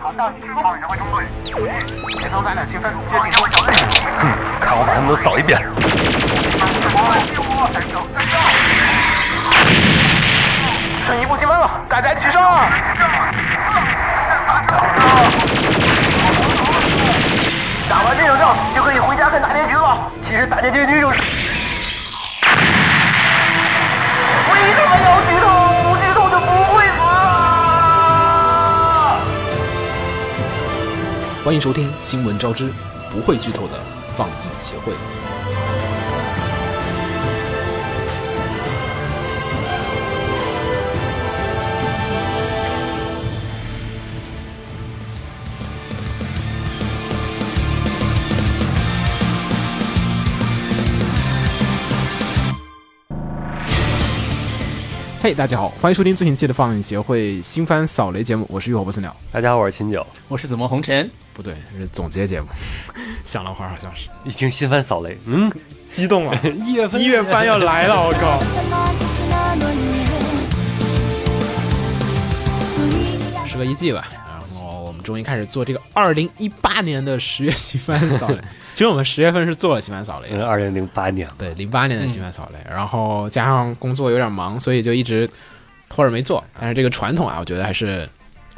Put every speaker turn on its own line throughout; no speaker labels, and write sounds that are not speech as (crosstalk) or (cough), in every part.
好，到你后指挥中队。前头咱俩兴奋，接近我小队。
看我把他们都扫一遍。
剩一步积分了，大家齐上！打完这场仗就可以回家看大结局了。其实大结局就是……为什么要剧透？不剧透就不会死啊！
欢迎收听《新闻招之》，不会剧透的放映协会。嘿、大家好，欢迎收听最新期的放映协会新番扫雷节目，我是浴火不死鸟，
大家好，我是秦九。
我是紫陌红尘，
不对，是总结节目。 (laughs) 想了会儿，好像是
一听新番扫雷，嗯，
激动了，
一月份
(laughs) 一月番要来了，我靠！时隔一季吧，然后我们终于开始做这个二零一八年的十月新番扫 (laughs) 雷。其实我们十月份是做了新番扫雷的，
嗯二零零八年了，
对，零八年的新番扫雷，然后加上工作有点忙，所以就一直拖着没做。但是这个传统啊，我觉得还是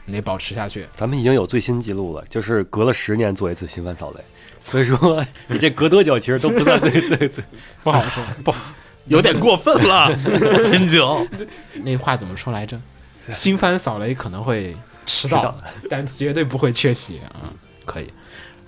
你得保持下去。
咱们已经有最新记录了，就是隔了十年做一次新番扫雷。所以说，你这隔多久其实都不算最最最。
不好
(laughs)
说，不，
有点过分
(laughs)
了，秦九。
那话怎么说
(laughs)
来着？新番扫雷可能会迟到，但绝对不会缺席啊、嗯可以。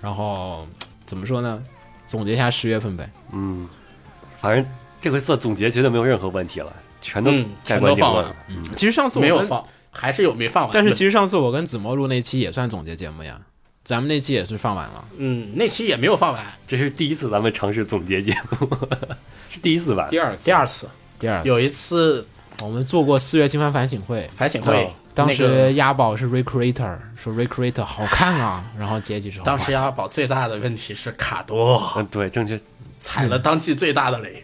然后怎么说呢？总结一下十月份呗。
嗯， (laughs) 反正这回算总结，绝对没有任何问题了，全都
嗯
改
全
观
都
点
放
过了
完了。
嗯，
其实上次我
没有
们
放，还是有没放完的。
但是其实上次我跟子墨录那期也算总结节目呀，咱们那期也是放完了，
嗯，那期也没有放完，
这是第一次咱们尝试总结节目， (laughs) 是第一次吧？
第二次，
第二次
第二次
有一次
我们做过四月新番反省会，
反省
哦
会，
当
那个
时押宝是 Recreator，说 Recreator 好看啊，然后结局之后，
当时
哇
押宝最大的问题是卡
哦
多
嗯，对，正确，
踩了当季最大的雷，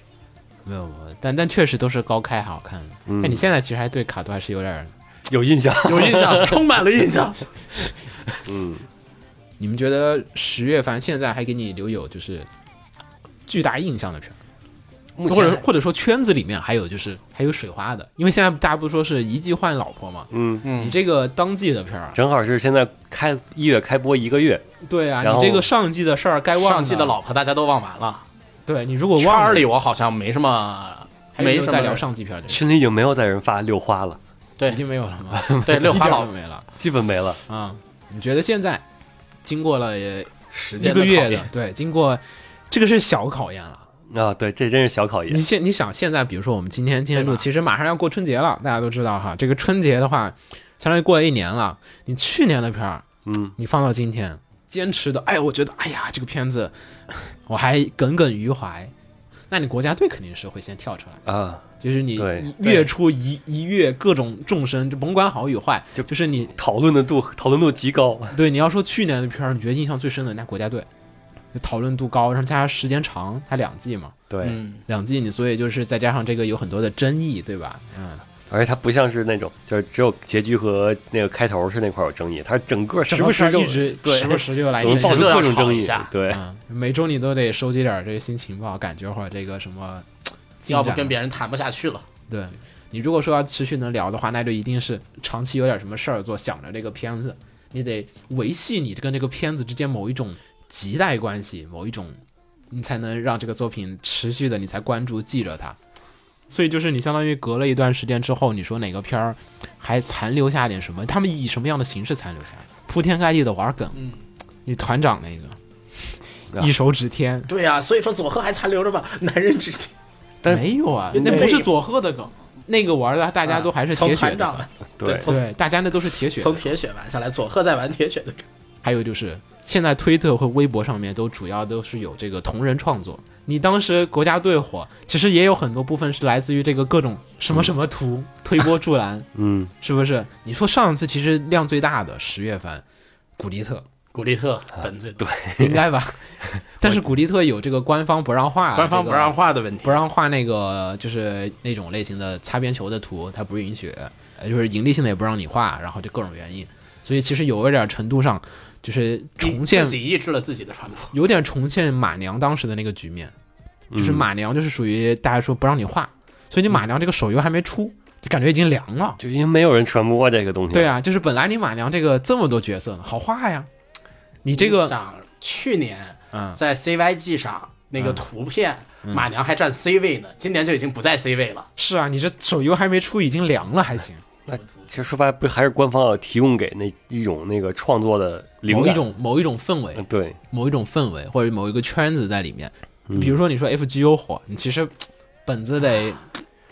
没有，没有但但确实都是高开好看的。那、
嗯
你现在其实还对卡多还是有点儿，
有印 (laughs) 象。
有
(laughs)
印象，充满了印象。
嗯，
你们觉得十月番现在还给你留有就是巨大印象的片儿？
目
或者
前，
或者说圈子里面还有就是还有水花的，因为现在大家不是说是一季换老婆嘛，
嗯，
你这个当季的片儿啊，
正好是现在开一月开播一个月，
对啊，
然
你
后
这个上季的事儿该忘
上季的，老婆大家都忘完了，
对你如果
圈
忘
儿
了
里我好像没什么，
还
没
有
什么
在聊上季片儿的，
群里已经没有再有人发六花了，
已经没有了吗？
(laughs) 对六花
一点
老
都没了
基本没了。
啊、你觉得现在经过了也
时
一
间
个月的嗯
的考验，
对，经过这个是小考验了。
啊，对，这真是小考验
你。现你想现在，比如说我们今天今天
对
录，
吧
其实马上要过春节了，大家都知道哈。这个春节的话，相当于过了一年了。你去年的片儿，
嗯，
你放到今天，坚持的，哎，我觉得，哎呀，这个片子我还耿耿于怀。那你国家队肯定是会先跳出来，
啊，
就是你
对
一
对
跃出一一跃各种众生，就甭管好与坏，
就
就是你
讨论的度讨论度极高。
对你要说去年的片儿，你觉得印象最深的，那国家队就讨论度高，然后加上时间长，它两季嘛，
对，
嗯，
两季你所以就是再加上这个有很多的争议，对吧？嗯，
而且它不像是那种，就是只有结局和那个开头是那块有争议，它整个时不时
整
就
个片儿一直
对，
时不时就来 (laughs)
总
一
是
阵
爆出
报纸
各种
吵
争
一
议
下。
对，
嗯，每周你都得收集点儿这个新情报，感觉或者这个什么，进
要不
展
跟别人谈不下去了。
对你如果说要持续能聊的话，那就一定是长期有点什么事儿做，想着这个片子，你得维系你跟这个片子之间某一种脐带关系，某一种，你才能让这个作品持续的你才关注记着它。所以就是你相当于隔了一段时间之后，你说哪个片儿还残留下点什么？他们以什么样的形式残留下来？铺天盖地的玩梗，
嗯，
你团长那
啊
个，一手指天，
对呀、所以说佐贺还残留着吧，男人之间
但
没有啊，
人家
那不
被
是啊佐贺的梗，那个玩的大家都还是
从
铁血
团
的。
长
对
从
对，大家那都是铁血的。
从铁血玩下来，佐贺在玩铁血的，
还有就是，现在推特和微博上面都主要都是有这个同人创作。你当时国家队火，其实也有很多部分是来自于这个各种什
嗯
么什么图、推波助
(laughs)
澜，
嗯，
是不是？你说上次其实量最大的十月份，古力
(laughs)
特
古力特本最啊对，
应该
(laughs)
吧？但是古力特有这个官方不让画，
官方
啊这
不
个
让画的问题。
不让画那个就是那种类型的擦边球的图，它不允许。呃就是盈利性的也不让你画，然后就各种原因，所以其实有一点程度上就是重现
自，己抑制了自己的传播。
有点重现马娘当时的那个局面，就是
嗯
马娘就是属于大家说不让你画，所以你马娘这个手游还没出，就感觉已经凉了。
就因为没有人传播这个东西。
对，啊，就是本来你马娘这个这么多角色呢，好画呀，你 (laughs) 这
你
个
想去年
嗯
在 CYG 上那个图片，马娘还占 C 位呢，今年就已经不在 C 位了。
是啊，你这手游还没出已经凉了，还行，
其实说白了不还是官方要提供给那一种那个创作的灵
某一
感？
种某一种氛围
嗯，，对，
某一种氛围或者某一个圈子在里面。
嗯
比如说你说 FGO 火，你其实本子
(laughs)
得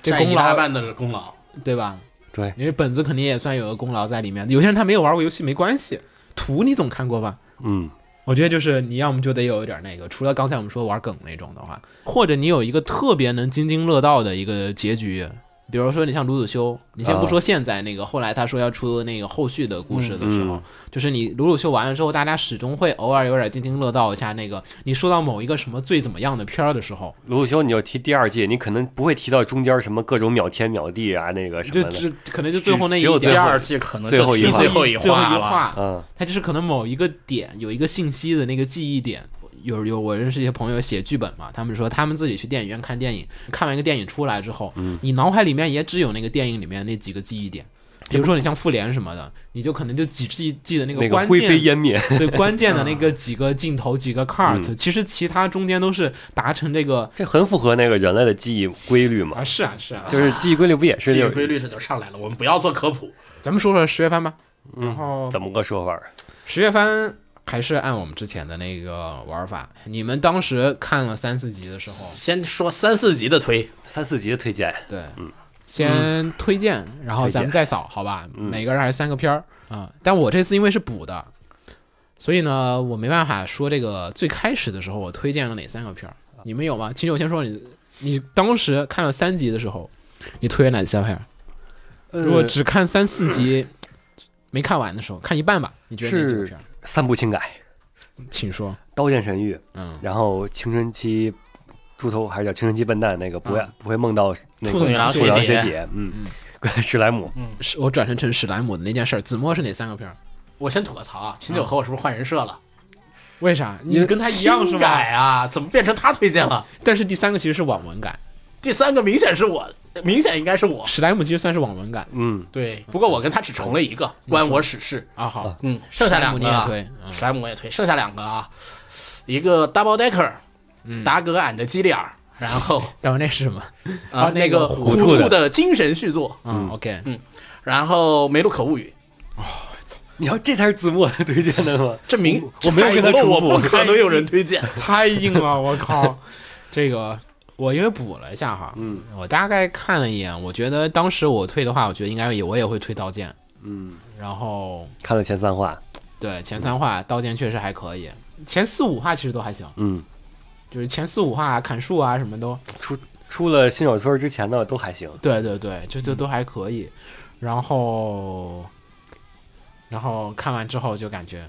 这
占
功
一大
劳
半的功劳，
对吧？
对，
因为本子肯定也算有个功劳在里面。有些人他没有玩过游戏没关系，图你总看过吧？
嗯，
我觉得就是你要么就得有一点那个，除了刚才我们说玩梗那种的话，或者你有一个特别能津津乐道的一个结局，比如说你像鲁鲁修，你先不说现在那个，后来他说要出那个后续的故事的时候，
嗯
就是你鲁鲁修完了之后，大家始终会偶尔有点津津乐道一下那个，你说到某一个什么最怎么样的片儿的时候，
卢修，你要提第二季，你可能不会提到中间什么各种秒天秒地啊，那个什
就
么的。
只可能就最后那一
只有
点
最
第
后
二季可能
最后
就
一
听
话
最后一
最后
话
一
了。
话，
嗯，
它就是可能某一个点有一个信息的那个记忆点。有有，我认识一些朋友写剧本嘛，他们说他们自己去电影院看电影，看完一个电影出来之后，
嗯
你脑海里面也只有那个电影里面那几个记忆点。比如说你像复联什么的，你就可能就只记记得那个
那个
关
灰
键
飞烟灭。 (laughs)
对关键的那个几个镜头、几个
嗯
cut，其实其他中间都是达成这个
这很符合那个人类的记忆规律嘛
啊，，是啊是啊，
就是记忆规律不也是
这
就
个规律这就上来了，我们不要做科普。
咱们说说十月番吧。
嗯
然后
怎么个说法儿？
十月番还是按我们之前的那个玩法，你们当时看了三四集的时候，
先说三四集的推，
三四集的推荐，
对，先嗯推荐，嗯然后咱们再扫，好吧？每个人还是三个片儿啊、但我这次因为是补的，所以呢，我没办法说这个最开始的时候我推荐了哪三个片儿，你们有吗？其实我先说你，你当时看了三集的时候，你推了哪三片儿？
呃
如果只看三四集。没看完的时候，看一半吧。你觉得哪几个
是
片儿？
三部轻改，
请说。
《刀剑神域》，
嗯，
然后青春期猪头还是叫青春期笨蛋那个不会、
嗯
不会梦到那个
兔女郎
兔女郎
学
学
姐
姐，嗯，史莱姆，
史我转成成史莱姆的那件事儿，子墨是哪三个片儿？
我先吐个槽啊，秦九和我是不是换人设了？
为啥？你嗯跟他一样是吧？
轻改啊，怎么变成他推荐了？
但是第三个其实是网文改，
第三个明显是我，明显应该是我。
史莱姆其实算是网文改
嗯，
对，不过我跟他只重了一个关我史事，
啊。好，
嗯，剩下两个啊
史莱姆你也推嗯
史莱姆我也推，剩下两个啊，一个 Double Decker，达格俺的基里尔，然后
待会儿那是什么？
啊
那
那
个
个
虎
糊
兔的
涂的精神续作，
嗯，OK，
然后梅鲁可物语，
你要这才是字幕推荐的吗？
这明
我没有跟他
这
重复
我不可能有人推 (laughs) 荐。
(laughs) 太硬了，我靠！这个我因为补了一下哈，
嗯，
我大概看了一眼，我觉得当时我推的话，我觉得应该也我也会推刀剑，
嗯，
然后
看了前三话，
对前三话刀剑确实还可以，前四五话其实都还行，
嗯，
就是前四五话砍树啊什么都
出了新手村之前的都还行，
对对对，就
嗯
就都还可以。然后，然后看完之后就感觉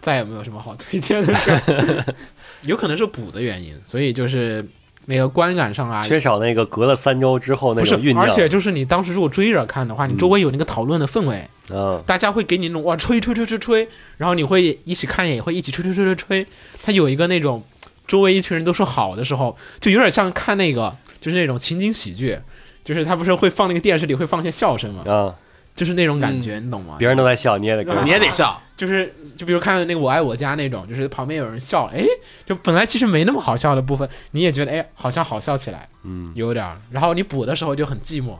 再也没有什么好推荐的事
(laughs)
儿有可能是补的原因，所以就是那个观感上啊。
缺少那个隔了三周之后那
不是
种酝，
而且
酿，
就是你当时如果追着看的话，你周围有那个讨论的氛围，
嗯，
大家会给你那种哇吹吹吹吹吹，然后你会一起看，也会一起吹吹吹吹吹。它有一个那种周围一群人都说好的时候，就有点像看那个就是那种情景喜剧，就是他不是会放那个电视里会放一些笑声嘛，
啊，
(laughs) 就是那种感觉，你懂吗？
别人都在笑，你也
嗯
得跟着
你也得笑，
就是就比如看那个《我爱我家》那种，就是旁边有人笑了，哎，就本来其实没那么好笑的部分，你也觉得哎好像好笑起来，
嗯，
有点儿。然后你补的时候就很寂寞，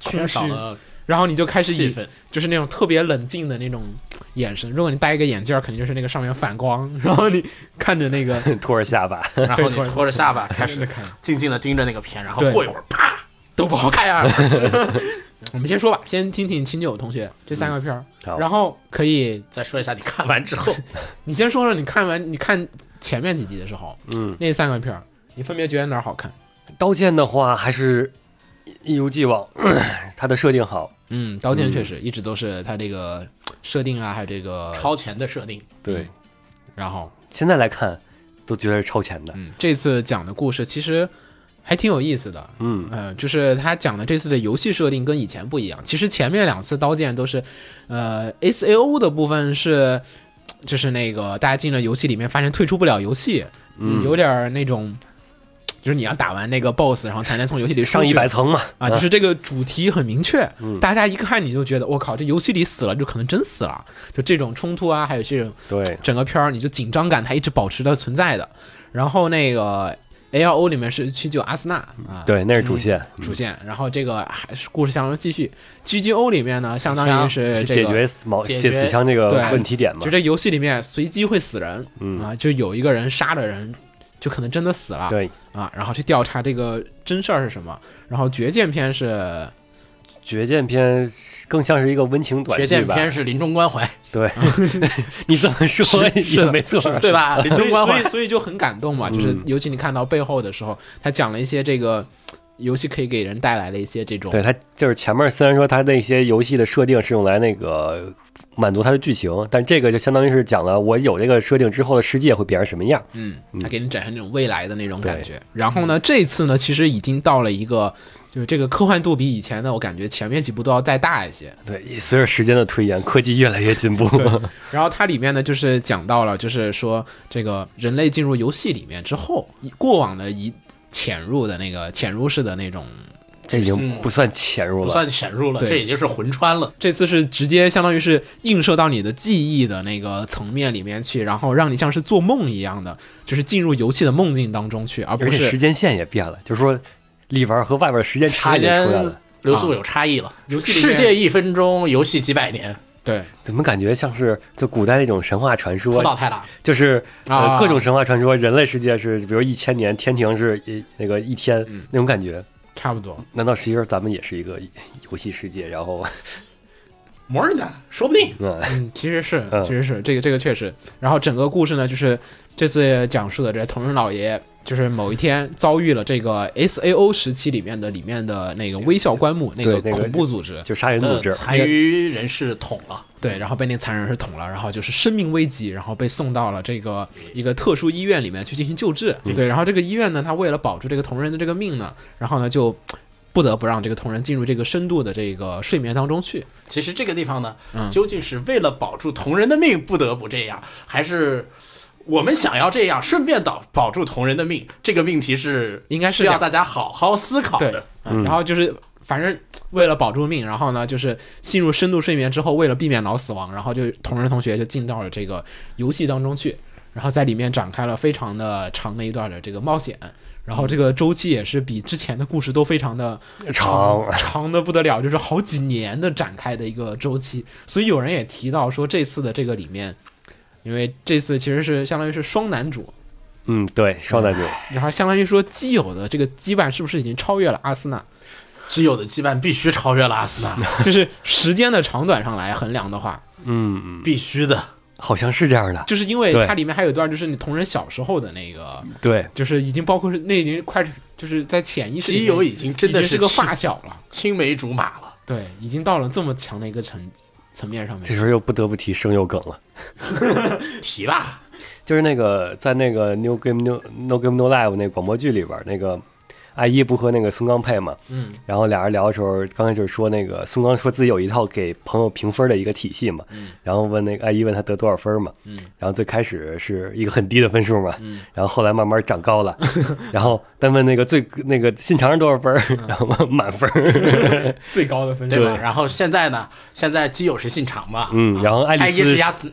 缺
空虚
少，了
然后你就开始以
气氛。
就是那种特别冷静的那种眼神。如果你戴一个眼镜儿，肯定就是那个上面反光，然后你 (laughs) 看着那个
拖着下巴，
然后你 (laughs) 拖着下巴开
看着
始
看
静静的盯着那个片，然后
对
过一会儿啪，
都不好看。
开眼 (laughs) 耳，
我们先说吧，先听听秦九同学这三个片儿，
好
然后可以
再说一下你看完之后，
你先说说你看完你看前面几集的时候，
嗯，
那三个片儿你分别觉得哪儿好看？
刀剑的话还是一如既往， (clears throat) 它的设定好，
嗯，刀剑确实一直都是它这个设定啊，还有这个，嗯
超前的设定，
对，
然后
现在来看都觉得是超前的，
嗯，这次讲的故事其实还挺有意思的。
嗯
呃，就是他讲的这次的游戏设定跟以前不一样。其实前面两次刀剑都是，呃，S A O 的部分是，就是那个大家进了游戏里面发现退出不了游戏，
嗯
有点儿那种，就是你要打完那个 BOSS，然后才能从游戏里出
上
去
一百层嘛，
啊，就是这个主题很明确，
嗯
大家一看你就觉得我靠，这游戏里死了就可能真死了，就这种冲突啊，还有这种
对，
整个片儿你就紧张感它一直保持着存在的。然后那个 A L O 里面是去救阿斯纳啊，
对，那是主线，
主线，然后这个还是故事向中继续。G G O 里面呢，相当于是
是
这
解
个。
决死毛
解
解
决
死枪这个
对
问题点嘛
就，这游戏里面随机会死人，
嗯
啊，就有一个人杀了人，就可能真的死了，
对，
啊，然后去调查这个真事儿是什么。然后绝剑篇
啊
是
绝剑篇更像是一个温情短
绝
剧
剑
吧，
篇是临终关怀，
对， (laughs) 你这么说也没错，
对 (laughs) 吧？临
所以
终关
啊所以
怀，
所以就很感动嘛，就是
嗯
尤其你看到背后的时候，他讲了一些这个游戏可以给人带来的一些这种
对他就是前面虽然说他那些游戏的设定是用来那个满足他的剧情，但这个就相当于是讲了我有这个设定之后的世界会变成什么样。
嗯，
嗯
它给你展现那种未来的那种感
对
觉。然后呢，这次呢，其实已经到了一个，就是这个科幻度比以前呢，我感觉前面几部都要再大一 (laughs) 些。
对，随着时间的推延，科技越来越进步。
然后它里面呢，就是讲到了，就是说这个人类进入游戏里面之后，以过往的一潜入的那个潜入式的那种，
这已经不算潜入
不
了，
算潜入了，
对
这已经是魂穿了。
这次是直接相当于是映射到你的记忆的那个层面里面去，然后让你像是做梦一样的，就是进入游戏的梦境当中去，而
而
不
且时
是
间线也变了，就是说里边和外边时间差
时
异也出来
间
啊
了。
流速有差异了，
游戏里面
世界一分钟，游戏几百年，
对
怎么感觉像是就古代那种神话传
头
说，
脑太大。
就是呃
啊
各种神话传说，人类世界是比如一千年，天庭是一那个一天
嗯
那种感觉。
差不多。
难道实际上咱们也是一个游戏世界？然后，
摩尔呢？说不定
嗯，
嗯，其实是，
嗯
其实是这个，这个确实。然后整个故事呢，就是这次讲述的这同人老爷，就是某一天遭遇了这个 S A O 时期里面的里面的那个微笑棺木那个
对那个
恐怖组织，
(laughs) 就杀人组织
呃，残余人士捅了，
嗯
对，然后被那残忍人捅了，然后就是生命危急，然后被送到了这个一个特殊医院里面去进行救治。
嗯
对，然后这个医院呢，他为了保住这个同人的这个命呢，然后呢就不得不让这个同人进入这个深度的这个睡眠当中去。
其实这个地方呢，
嗯
究竟是为了保住同人的命不得不这样，还是我们想要这样，顺便保保住同人的命？这个命题是
应该是
需要
两
大家好好思考
对
的。，
嗯然后就是反正为了保住命，然后呢就是进入深度睡眠之后，为了避免脑死亡，然后就同人同学就进到了这个游戏当中去，然后在里面展开了非常的长的一段的这个冒险。然后这个周期也是比之前的故事都非常的
长
长的不得了，就是 (laughs) 好几年的展开的一个周期。所以有人也提到说，这次的这个里面，因为这次其实是相当于是双男主，
嗯，对，少男主，
然后相当于说基友的这个羁绊是不是已经超越了阿斯纳？
基友的羁绊必须超越了阿斯纳，
(laughs) 就是时间的长短上来衡量的话，
嗯，嗯
必须的。
好像是这样的，
就是因为
对
它里面还有一段就是你同人小时候的那个，
对，
就是已经包括是那已经快就是在潜意识里
基
面
友已经真的
已经是
是
个
青
发小了，
青梅竹马了。
对，已经到了这么长的一个层层面上面
这。时候又不得不提声优梗了，
提吧，
就是那个在那个 New Game New No Game No Live 那广播剧里边，那个艾依不和那个宋刚配嘛，
嗯，
然后俩人聊的时候，刚开始说那个宋刚说自己有一套给朋友评分的一个体系嘛，然后问那个艾依问他得多少分嘛，然后最开始是一个很低的分数嘛，然后后来慢慢长高 (laughs) 了，然后但问那个最那个信长是多少分儿，然后满分 (laughs) 儿，
最高的分
对吧？然后现在呢？现在基友是信长嘛？
嗯，然后爱
艾
丽
依
丝
是亚斯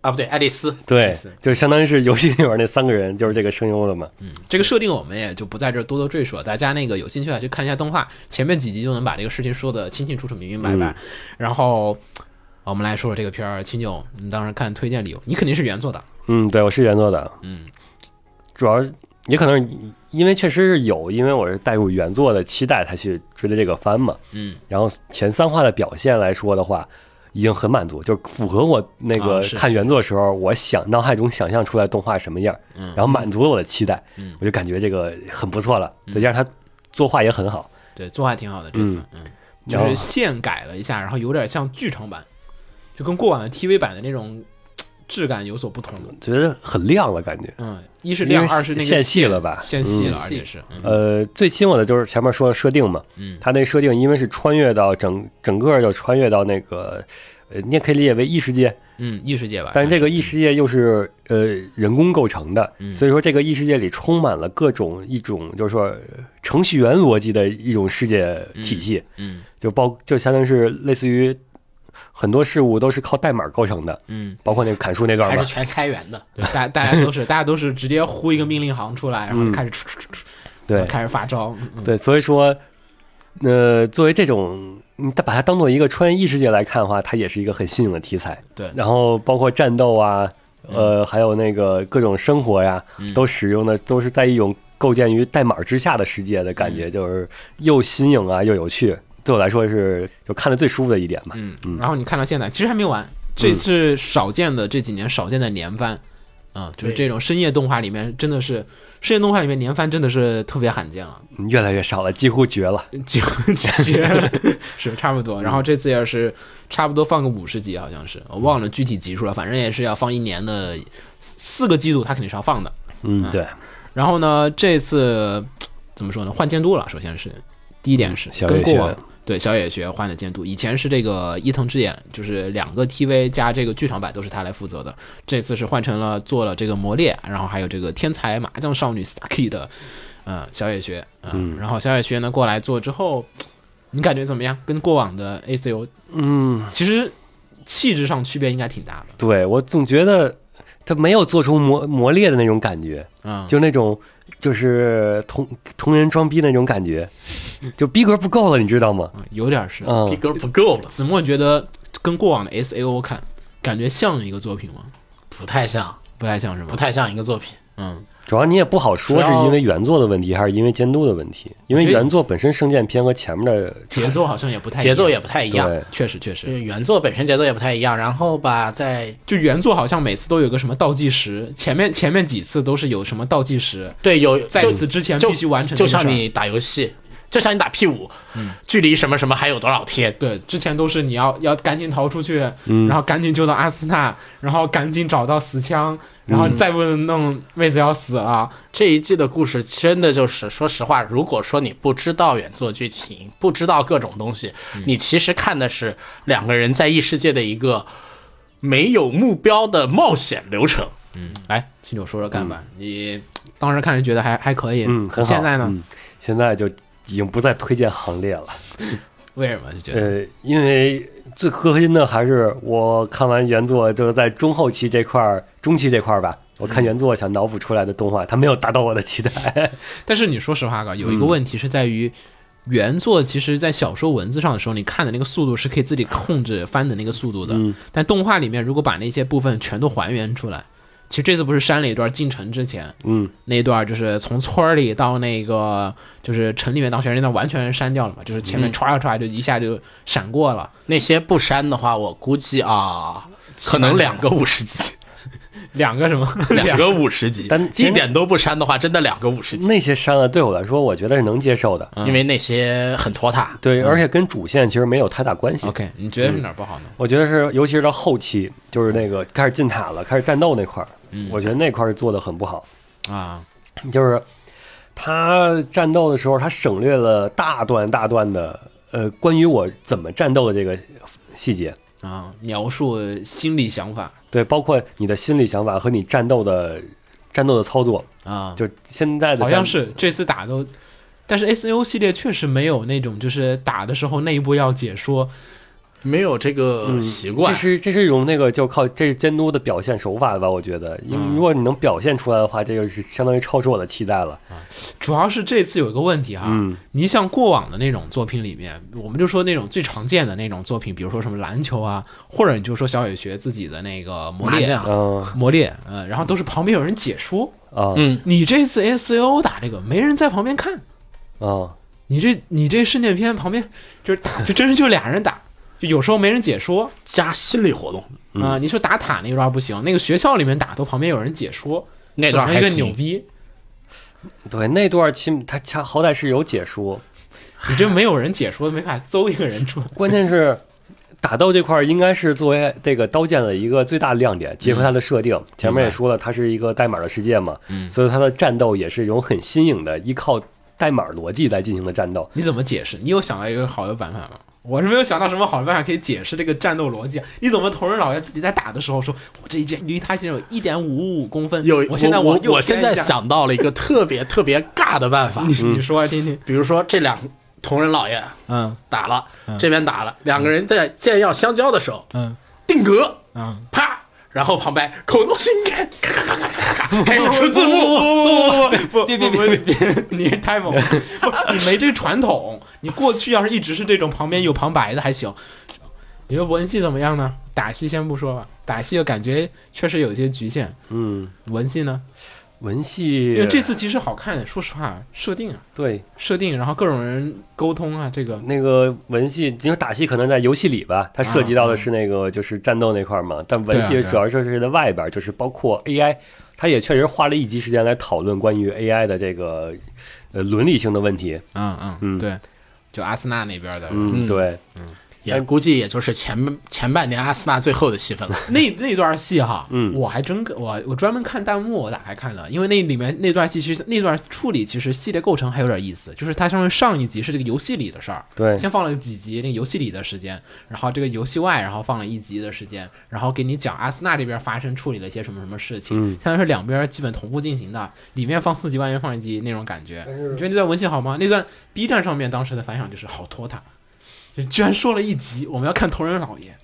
啊，不对，爱丽丝。
对，就相当于是游戏里边那三个人就是这个声优了嘛，
这个设定我们也就不在这儿多多赘述了，大家那个有兴趣啊，去看一下动画，前面几集就能把这个事情说的清清楚楚、明明白白。然后我们来说说这个片儿，秦九，你当时看推荐理由，你肯定是原作党，
嗯，对我是原作的，
嗯，
主要是也可能是因为确实是有，因为我是带入原作的期待才去追的这个番嘛，
嗯，
然后前三话的表现来说的话，已经很满足，就符合我那
啊
个
是
看原作的时候，我想脑海中想象出来动画什么样，
嗯
然后满足了我的期待，
嗯
我就感觉这个很不错了，再加上他作画也很好，
对，作画挺好的这次，嗯，就
然后
是现改了一下，然后有点像剧场版，就跟过往的 TV 版的那种质感有所不同。
觉得很亮了，感觉。
嗯，一是
因为
亮，二是那个
线细了吧
线细了，
嗯
而且是嗯
呃，最亲我的就是前面说的设定嘛，
嗯
它那设定因为是穿越到整整个就穿越到那个，呃，你也可以理解为异世界，
嗯异世界吧。
但是这个
算是
异世界又是呃人工构成的，
嗯
所以说这个异世界里充满了各种一种就是说程序员逻辑的一种世界体系，
嗯
就包就相当于是类似于很多事物都是靠代码构成的，
嗯，
包括那个砍树那段
还
吧
是，全开源的。
对，大大家都是 (laughs) 大家都是直接呼一个命令行出来，然后
嗯
开始出出出出
对
开始发招。嗯嗯
对，所以说。呃，作为这种，你把它当做一个穿越异世界来看的话，它也是一个很新颖的题材。
对，嗯
然后包括战斗啊，呃，还有那个各种生活呀，都使用的都是在一种构建于代码之下的世界的感
嗯
觉，就是又新颖啊又有趣，对我来说是就看的最舒服的一点吧。
嗯
嗯，
然后你看到现在，其实还没完，这是少见的这几年少见的年番，嗯，就是
对
这种深夜动画里面真的是深夜动画里面年番真的是特别罕见啊，
嗯越来越少了，几乎绝了。
(laughs) 就绝了，是差不多。然后这次也是差不多放个五十集，好像是我忘了具体集数了，反正也是要放一年的四个季度，它肯定是要放的。
嗯，对，
然后呢，这次怎么说呢？换监督了，首先是第一点是
嗯小
跟
野
过
学
往对小野学换的监督，以前是这个伊藤之眼，就是两个 TV 加这个剧场版都是他来负责的，这次是换成了做了这个魔猎，然后还有这个天才麻将少女 Stucky 的，嗯，小野学，嗯，然后小野学呢过来做之后，你感觉怎么样？跟过往的 ACO
嗯，
其实气质上区别应该挺大的，
对我总觉得他没有做出磨磨裂的那种感觉，
嗯，
就那种就是同同人装逼那种感
(laughs)
觉，就逼格不够了，你知道吗？
嗯有点是，
逼
嗯，
格不够了，
子墨觉得跟过往的 S A O 看，感觉像一个作品吗？
不太像，
不太像是
不
吗？
太像一个作品。
嗯，
主要你也不好说
主
是
要
因为原作的问题，还是因为监督的问题，因为
我觉得
原作本身圣剑篇和前面的
节奏好像也不太一样，
节奏也不太一样，
对，
确实确
就
实，
是原作本身节奏也不太一样，然后吧，在
就原作好像每次都有个什么倒计时，前面前面几次都是有什么倒计时，
对有
在
就
此之前
就
必须完成这
就
个事儿嗯
像你打游戏，就像你打 P 五，距离什么什么还有多少天？
对，之前都是你要要赶紧逃出去，
嗯
然后赶紧救到阿斯纳，然后赶紧找到死枪，
嗯
然后再不弄妹子要死了，
这一季的故事真的就是，说实话，如果说你不知道原作剧情，不知道各种东西，你其实看的是两个人在异世界的一个没有目标的冒险流程。
来，听哎我说说看吧，
嗯
你当时看是觉得还还可以，
嗯，很好。
现在呢，
嗯现在就已经不在推荐行列了。
为什么就觉得？
呃，因为最核心的还是我看完原作，就是在中后期这块儿、中期这块儿吧，
嗯
我看原作想脑补出来的动画，它没有达到我
(laughs)
的期待。
但是你说实话，哥，有一个问题是在于，原作其实在小说文字上的时候，你看的那个速度是可以自己控制翻的那个速度的。但动画里面如果把那些部分全都还原出来，其实这次不是删了一段进城之前
嗯，
那一段，就是从村儿里到那个就是城里面当学生那段完全删掉了嘛，就是前面歘歘歘就一下就闪过了，
那些不删的话，我估计啊，可能两个五十集，
两个什么
(laughs) 两个五十集，
但
一点都不删的话，真的两个五十集，
那些删了对我来说，我觉得是能接受的。
因为那些很拖沓。
对，而且跟主线其实没有太大关系。
嗯？OK，你觉得是哪儿不好呢？
我觉得是，尤其是到后期，就是那个开始进塔了，开始战斗那块儿，
嗯
我觉得那块儿做的很不好。
啊，
就是他战斗的时候，他省略了大段大段的呃关于我怎么战斗的这个细节，
啊，描述心理想法
对，包括你的心理想法和你战斗的战斗的操作，
啊，
就现在的
好
战
像是这次打都，但是 S N O 系列确实没有那种就是打的时候内部要解说，
没有这个习惯
这，是这是一种那个就靠这是监督的表现手法吧，我觉得，因如果你能表现出来的话，这就是相当于超出我的期待了。
主要是这次有一个问题哈，
嗯
你像过往的那种作品里面，我们就说那种最常见的那种作品，比如说什么篮球啊，或者你就说小野学自己的那个魔
麻
猎。
将，
嗯
魔猎，呃，然后都是旁边有人解说。
啊
嗯，
你这次 S O 打这个，没人在旁边看。
啊
你这你这圣剑篇旁边就是打，就真是就俩人打，就有时候没人解说。
加心理活动
啊、你说打塔那段不行，那个学校里面打都旁边有人解说，
那段
整了
还
一个牛
行，
逼，
对，那段其他他好歹是有解说，
你这没有人解说，没法邹一个人出来。 (laughs)
关键是打斗这块儿应该是作为这个刀剑的一个最大亮点，结合
嗯
它的设定，前面也说了，它是一个代码的世界嘛，
嗯
所以它的战斗也是一种很新颖的，依靠代码逻辑来进行的战斗。
你怎么解释？你有想到一个好的办法吗？我是没有想到什么好的办法可以解释这个战斗逻辑啊！你怎么同人老爷自己在打的时候说，我这一剑离他现在有一点五五公分，
有
我现在
我
右
现在
边一下，
想到了一个特别 (laughs) 特别尬的办法，
你说来听听，
比如说这两同人老爷
嗯
打了，这边打了，两个人在剑要相交的时候
嗯
定格，
嗯，
啪，然后旁白口动心感，咔咔咔咔咔咔，开始出字幕。
哦不别别别别，你是太猛了，不你没这个传统。你过去要是一直是这种旁边有旁白的还行。你说文戏怎么样呢？打戏先不说吧，打戏感觉确实有一些局限。
嗯，
文戏呢？
文戏
因为这次其实好看，说实话，设定啊，
对
设定，然后各种人沟通啊，这个
那个文戏，因为打戏可能在游戏里吧，它涉及到的是那个就是战斗那块儿嘛，但文
啊对啊
戏
对啊
主要就是在外边儿，就是包括 AI，它也确实花了一集时间来讨论关于 AI 的这个呃伦理性的问题。
嗯嗯
嗯
对，就阿森纳那边的、
嗯，
嗯
对，
也估计也就是前前半年阿森纳最后的戏份了。
那那段戏哈，
嗯
我还真跟我我专门看弹幕，我打开看了，因为那里面那段戏其实那段处理其实系列构成还有点意思，就是它上面上一集是这个游戏里的事儿，
对
先放了几集那个游戏里的时间，然后这个游戏外然后放了一集的时间，然后给你讲阿森纳这边发生处理了一些什么什么事情，
嗯
相当于是两边基本同步进行的，里面放四集，外面放一集那种感觉。你觉得那段文戏好吗？那段 B 站上面当时的反响就是好拖沓，就居然说了一集，我们要看同人老爷。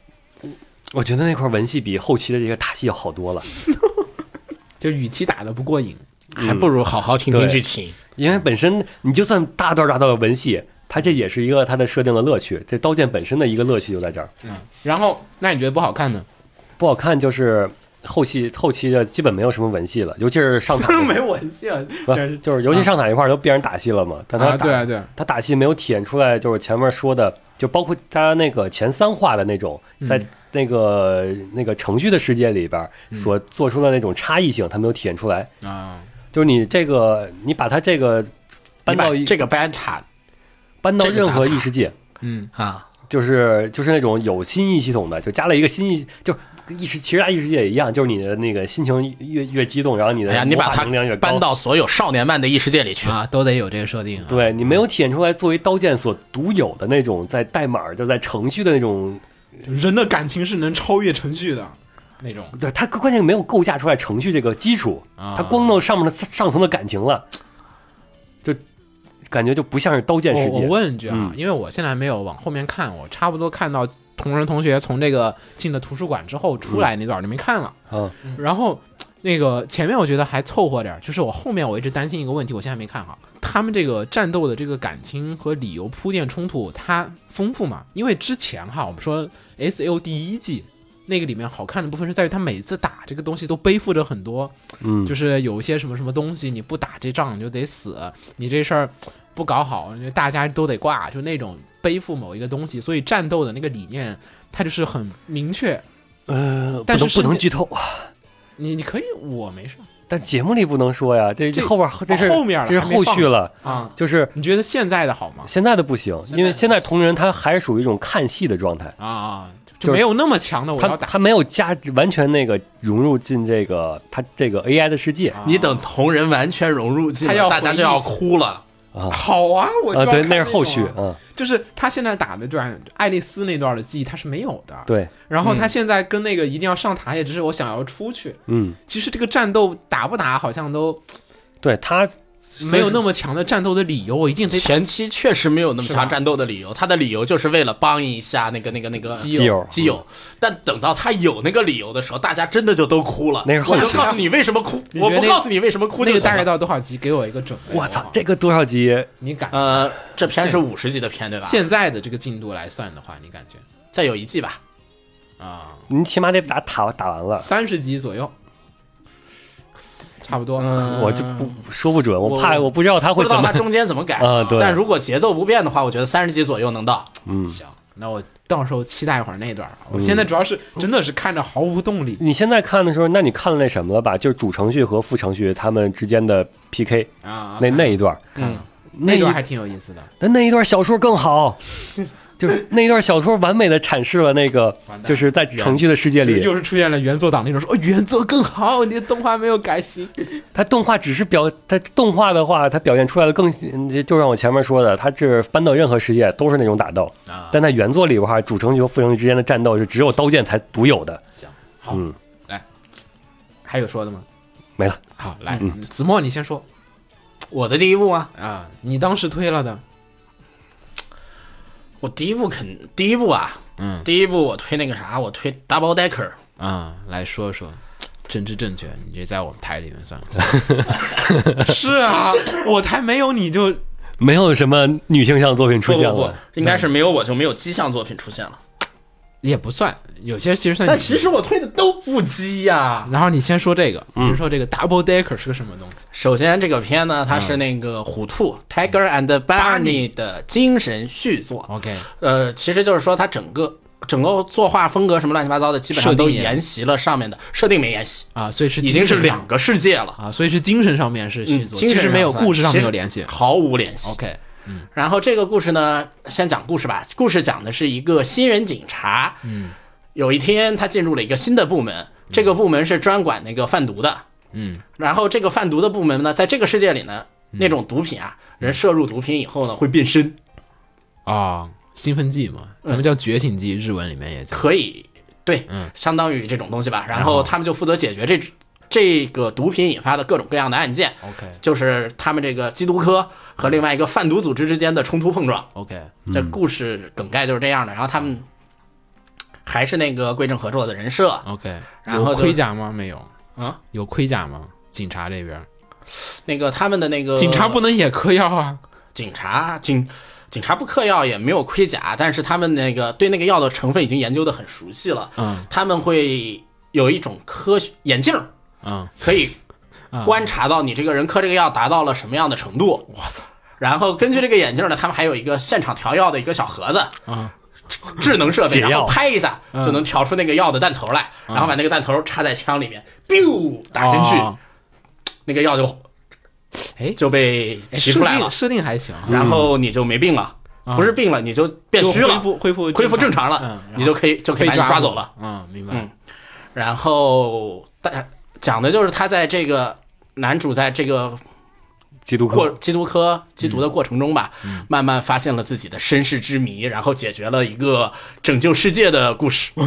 我觉得那块文戏比后期的这个打戏要好多了，
就与其打的不过瘾，
还不如好好听听剧情。
因为本身你就算大段大段的文戏，它这也是一个它的设定的乐趣，这刀剑本身的一个乐趣就在这儿。
然后那你觉得不好看呢？
不好看就是后期后期的基本没有什么文戏了，尤其是上塔那块儿
文戏啊，
不
真是
就是尤其上塔一块儿都变成打戏了嘛，但他
啊，
打、
对啊对啊，
他打戏没有体现出来，就是前面说的，就包括他那个前三话的那种，
嗯
在那个、那个程序的世界里边儿
嗯
所做出的那种差异性，他没有体现出来。
啊，
就是你这个，你把他这个搬
你把
到一
这个班塔
搬到
这个
任何
打法
异世界，
嗯，
啊，
就是就是那种有新意系统的，就加了一个新意，就意识其实大异世界也一样，就是你的那个心情越越激动，然后你的
哎呀，你
魔
把
法
它
能量越高
搬。到所有少年漫的异世界里去。
啊，都得有这个设定啊。
对你没有体现出来作为刀剑所独有的那种在代码就在程序的那种，
人的感情是能超越程序的那种，
对它关键没有构架出来程序这个基础，
啊
它光弄上面的上层的感情了，就感觉就不像是刀剑
我
世
我
界。
问一句啊
嗯，
因为我现在没有往后面看，我差不多看到同人同学从这个进了图书馆之后出来那段儿就没看啊了。
嗯
然后那个前面我觉得还凑合点儿，就是我后面我一直担心一个问题，我现在没看好。他们这个战斗的这个感情和理由铺垫冲突，它丰富嘛？因为之前哈，我们说 S L 第一季那个里面好看的部分是在于他每次打这个东西都背负着很多，
嗯，
就是有一些什么什么东西，你不打这仗你就得死，你这事儿不搞好，大家都得挂，就那种背负某一个东西，所以战斗的那个理念，它就是很明确。
呃，
但
不能
是
不能
是
剧透，
你你可以，我没事
但节目里不能说呀，这
这哦
后边这是
后面了
这是
还没
后续
放
了，
啊。
就是
你觉得现在的好吗？
现在的不行，因为现在同人他还属于一种看戏的状态，
啊，就
就是
没有那么强的我
他
要打。
他没有加完全那个融入进这个他这个 AI 的世界
啊
你等同人完全融入进
他
来，
要
大家就要哭了。
啊
好啊，我就
啊，
要
对，
看
那是
种
后续
啊
啊，
就是他现在打的段爱丽丝那段的记忆他是没有的，。
对，
然后他现在跟那个一定要上塔，也只是我想要出去。
嗯，
其实这个战斗打不打好像都
对他
没有那么强的战斗的理由，我一定得打
前期确实没有那么
是吧
强战斗的理由，他的理由就是为了帮一下那个那个那个
基
基友
基友。但等到他有那个理由的时候，大家真的就都哭了。
那是后
我
期
就告诉你为什么哭，
觉
我
得
不
那
告诉你为什么哭
那
就
个
行
大概
了。
到多少集？给我一个准备。
我
好
操
不，好
这个嗯多少集？
你感
呃，这片是五十集的片对吧？
现在的这个进度来算的话，你感觉
再有一季吧。
啊，
你起码得打塔打完了，
三十集左右，差不多。
嗯，
我就不说不准，我
我
怕我不知道他
不
会
知
怎
道
么
它中间怎么改
(laughs) 啊对
但如果节奏不变的话，我觉得三十集左右能到。
嗯。
行，那我到时候期待一会儿那段儿。啊我现在主要是真的是看着毫无动力。
你现在看的时候，那你看了那什么了吧？就是主程序和副程序他们之间的 PK
啊，
那那一段儿，嗯
看了
那一
段还挺有意思的，
但那一段小说更好，就是那一段小说完美的阐释了那个
完蛋，
就是在程序的世界里，
又是出现了原作党那种说，哦，原作更好，你的动画没有改型。
它动画只是表，它动画的话，它表现出来的更，就就像我前面说的，它是搬到任何世界都是那种打斗，
啊
嗯但在原作里边话，主城区和副城区之间的战斗是只有刀剑才独有的。
好，
嗯
来，还有说的吗？
没了。
好，来，
嗯
子墨，你先说
我的第一部吗？
啊，你当时推了的，
我第一部肯第一部啊，
嗯
第一部我推那个啥，我推 Double Decker，
啊，来说说。政治正确，你这在我们台里面算了。 (laughs) 是啊，我台没有你就
没有什么女性向作品出
不
现
不不
了，，
应该是没有我就没有机象作品出现了。
也不算，有些其实算你。
但其实我推的都不机呀、
然后你先说这个，
嗯
先说这个 double decker 是个什么东西？
首先，这个片呢，它是那个虎兔
嗯
Tiger and Bunny 的精神续作。
OK
呃，其实就是说它整个整个作画风格什么乱七八糟的，基本上
设定
都
也
沿袭了上面的设定，没沿袭，
啊，所以是
已
精
经是
神上
两个世界了。
啊，所以是精神上面是续
嗯，
作，
精
其
神
实没有
上
故事上
其
没
实
有联系。
毫无联系。
OK，
然后这个故事呢，先讲故事吧。故事讲的是一个新人警察，嗯，有一天他进入了一个新的部门，这个部门是专管那个贩毒的，
嗯，
然后这个贩毒的部门呢，在这个世界里呢，那种毒品啊，人摄入毒品以后呢，会变身，
啊，兴奋剂嘛，咱
嗯
们叫觉醒剂，日文里面也叫。
可以，对，相当于这种东西吧。嗯然后他们就负责解决这这个毒品引发的各种各样的案件，
OK
(laughs) 就是他们这个缉毒科和另外一个贩毒组织之间的冲突碰撞。
OK，
这故事梗概就是这样的。然后他们还是那个贵正合作的人设，
OK，
然后
有
就
盔甲吗？没有
啊，
有盔甲吗？警察这边，
那个他们的那个
警察不能也嗑药啊？
警察警警察不嗑药也没有盔甲，但是他们那个对那个药的成分已经研究的很熟悉了，
嗯
他们会有一种科学眼镜儿
嗯，
可以
(laughs) 啊
观察到你这个人嗑这个药达到了什么样的程度。
我操
然后根据这个眼镜呢，他们还有一个现场调药的一个小盒子，
啊
智能设备，
解药
然后拍一下就能调出那个药的弹头来，然后把那个弹头插在枪里面，biu 打进去，
哦
那个药就
哎
就被
哎
提出来
设
了嗯
定，设定还行啊，
然后你就没病了，
嗯
不是病了，你就变虚
就
了
恢，复恢复
恢复正常了，
嗯然后
你就可以就可
被
以把你抓走了。。
嗯，明白
嗯。然后但讲的就是他在这个男主在这个
基督
过
课
缉毒科缉毒的过程中吧，慢慢发现了自己的身世之谜，然后解决了一个拯救世界的故事。
(laughs)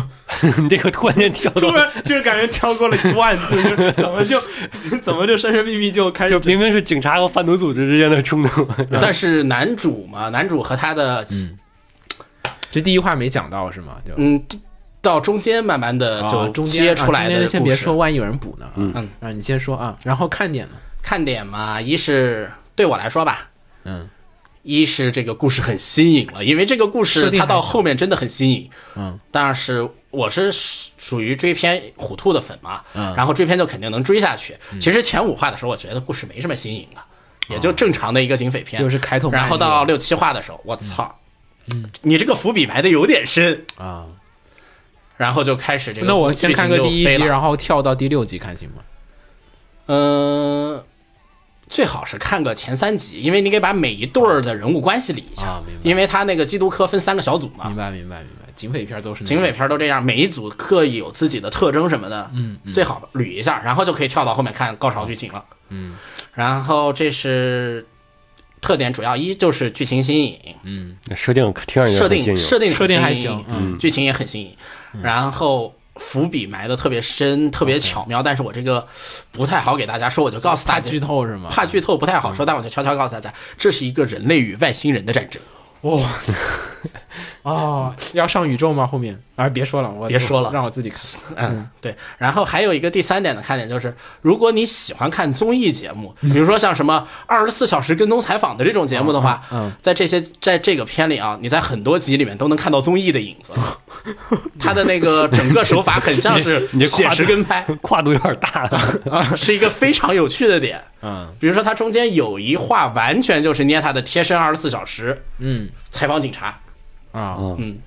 你这个突然间跳到，
(laughs) 突然就是感觉跳过了一万
(laughs)
次，就是怎么就怎么就神神秘秘就开始
就明明是警察和贩毒组织之间的冲突， (laughs)
但是男主嘛，男主和他的
嗯这第一话没讲到是吗？就
嗯到中间慢慢的
啊
就
中
接
间
出来
啊中间
的
先
故
别
事
说，。万一有人补呢。嗯，啊，你先说啊，然后看点呢？
看点嘛，一是对我来说吧，
嗯，
一是这个故事很新颖了，因为这个故
设
事
定
它
还
到
行
后面真的很新颖。
嗯，
但是我是属属于追片虎兔的粉嘛，
嗯
然后追片就肯定能追下去。其实前五话的时候，我觉得故事没什么新颖的，也就正常的一个警匪片。
哦又是开头慢
然后到六七话的时候，我操，
嗯
你这个伏笔埋的有点深，
啊，
然后就开始这个
那我
剧情
先看个第一
就飞
集，
了
然后跳到第六集看行吗？
嗯、最好是看个前三集，因为你可以把每一对儿的人物关系理一下，
啊明白嗯
因为他那个缉毒科分三个小组嘛，
明白，明白，明白。警匪片都是那
啊警
种
匪片都这样，每一组各有自己的特征什么的，嗯，最好捋一下，然后就可以跳到后面看高潮剧情了，嗯，然后这是特点，主要一就是剧情新颖，
设定听上去
设
很新
定
颖。
设定
设定还
很新颖
行嗯
剧情也很新颖，然后伏笔埋的特别深，特别巧妙，但是我这个不太好给大家说，我就告诉大
大
家
剧。透是吗？
怕剧透不太
嗯
好说，但我就悄悄告诉大家，这是一个人类与外星人的战争。啊
哦，要上宇宙吗？后面啊，别说了，我
别说了
让我自己
(laughs)
看。
嗯，对。然后还有一个第三点的看点就是，如果你喜欢看综艺节目，
嗯
比如说像什么二十四小时跟踪采访的这种节目的话，
嗯嗯，
在这些在这个片里啊，你在很多集里面都能看到综艺的影
(laughs)
子。他的那个整个手法很像是
你这夸
写实跟拍，
跨度有点大了，
(laughs) 是一个非常有趣的点。
嗯
比如说，它中间有一话完全就是捏他的贴身二十四小时
嗯
采访警察，
啊
嗯
嗯，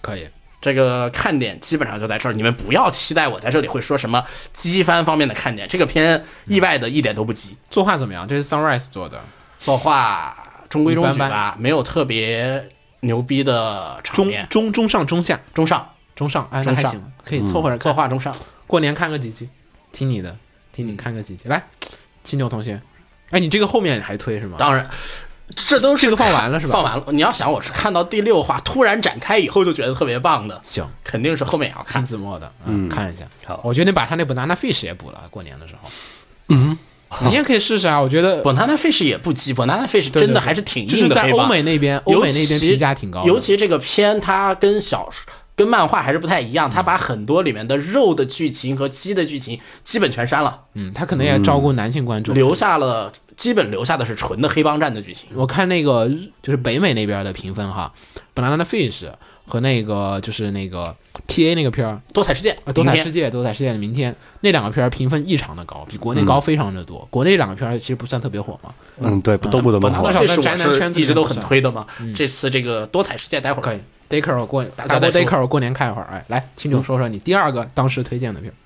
可以。
这个看点基本上就在这儿，你们不要期待我在这里会说什么机翻方面的看点，这个片意外的一点都不急。
作画怎么样？这是 Sunrise 做的
作画中规中矩吧，
一般
没有特别牛逼的场
中
面，
中中上中下
中上
中上，哎，那
中
还
上嗯
行，可以凑合着
策
看。
划中上，
过年看个几集，听你
嗯
的，听你看个几集。来，青牛同学，哎，你这个后面还推是吗？
当然。这都是
这个放完了是吧
放完了。你要想，我是看到第六话突然展开以后就觉得特别棒的，
行，
肯定是后面也要
听
看。
子墨的，
嗯
看一下。
好
我决定把他那 banana fish 也补了，过年的时候。嗯， (laughs) 你也可以试试啊，我觉得
Banana Fish 也不鸡，Banana
对
Fish
对
真
对
的还是挺硬
就是
的，
在
黑
欧
帮
美那边，欧
尤
美那边
其
评价挺高的，
尤其这个片，它跟小说、跟漫画还是不太
嗯
一样，它把很多里面的肉的剧情和鸡的剧情基本全删了，
嗯，他可能也照顾男性观众。
留下了基本留下的是纯的黑帮战的剧情。
我看那个日就是北美那边的评分哈，本来的 Fish》和那个就是那个 P A 那个片儿
多彩世界，
啊，《多彩世
界
界》《多彩世界》的明天那两个片儿评分异常的高，比国内
嗯
高非常的多。国内两个片儿其实不算特别火嘛，
嗯，对，不都不怎么
本来
好
至
这
少在
是
宅男圈
我
子
是一
里面
直都
不
很
算
推的嘛。这次这个多彩世界，待会
可
儿
以。Daker 我过
家
打过
再说嗯
Daker 我过年看一会儿，哎，来青九说说你第二个当时推荐的片儿，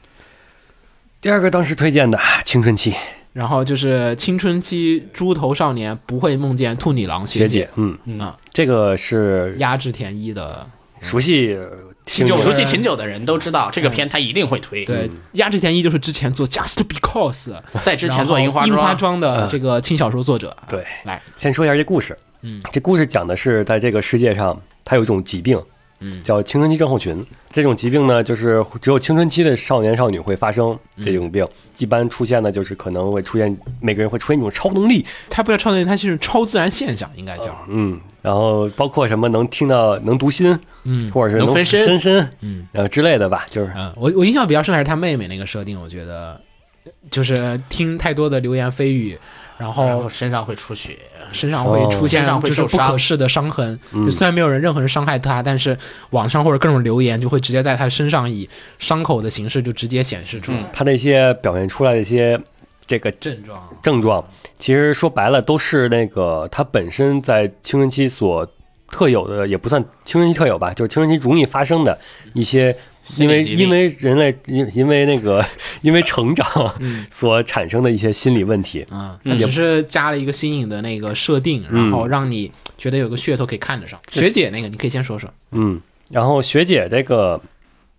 第二个当时推荐的《青春期》
然后就是青春期猪头少年不会梦见兔女郎
学
姐
姐，嗯
啊，
这个是
压制田一的，
嗯
熟悉
嗯
听
就
众
熟悉秦九的人嗯都知道，这个片他一定会推。
对，压制田一就是之前做 Just Because
在之前做
然后
樱花嗯
樱花庄
庄，
的这个轻小说作者，
对，
来，
先说一下这故事。
嗯，
这故事讲的是在这个世界上，它有一种疾病，
嗯
叫青春期症候群。这种疾病呢，就是只有青春期的少年少女会发生这种病。一般出现的就是可能会出现每个人会出现一种超能力，
他不叫超能力，他是超自然现象，应该叫。
哦
嗯，然后包括什么能听到能读心，
嗯
或者是
能分身
分身，嗯，然后之类的吧，就是
嗯，我我印象比较深还是他妹妹那个设定，我觉得就是听太多的流言蜚语，然
然后
后
身上会出血，
身上会出现
身上会
就是
受
不
伤嗯
可视的伤痕。就虽然没有人任何人伤害他，但是网上或者各种留言就会直接在他身上以伤口的形式就直接显示出来
他那些表现出来的一些这个
症状。嗯
症状，其实说白了都是那个他本身在青春期所特有的，也不算青春期特有吧，就是青春期容易发生的一些，因
心理
为
疾病
因为人类因因为那个 (laughs) 因为成长所产生的一些心理问题。
嗯，它只是加了一个新颖的那个设定，
嗯
然后让你觉得有个噱头可以看得上。学姐那个你可以先说说，
嗯，然后学姐这个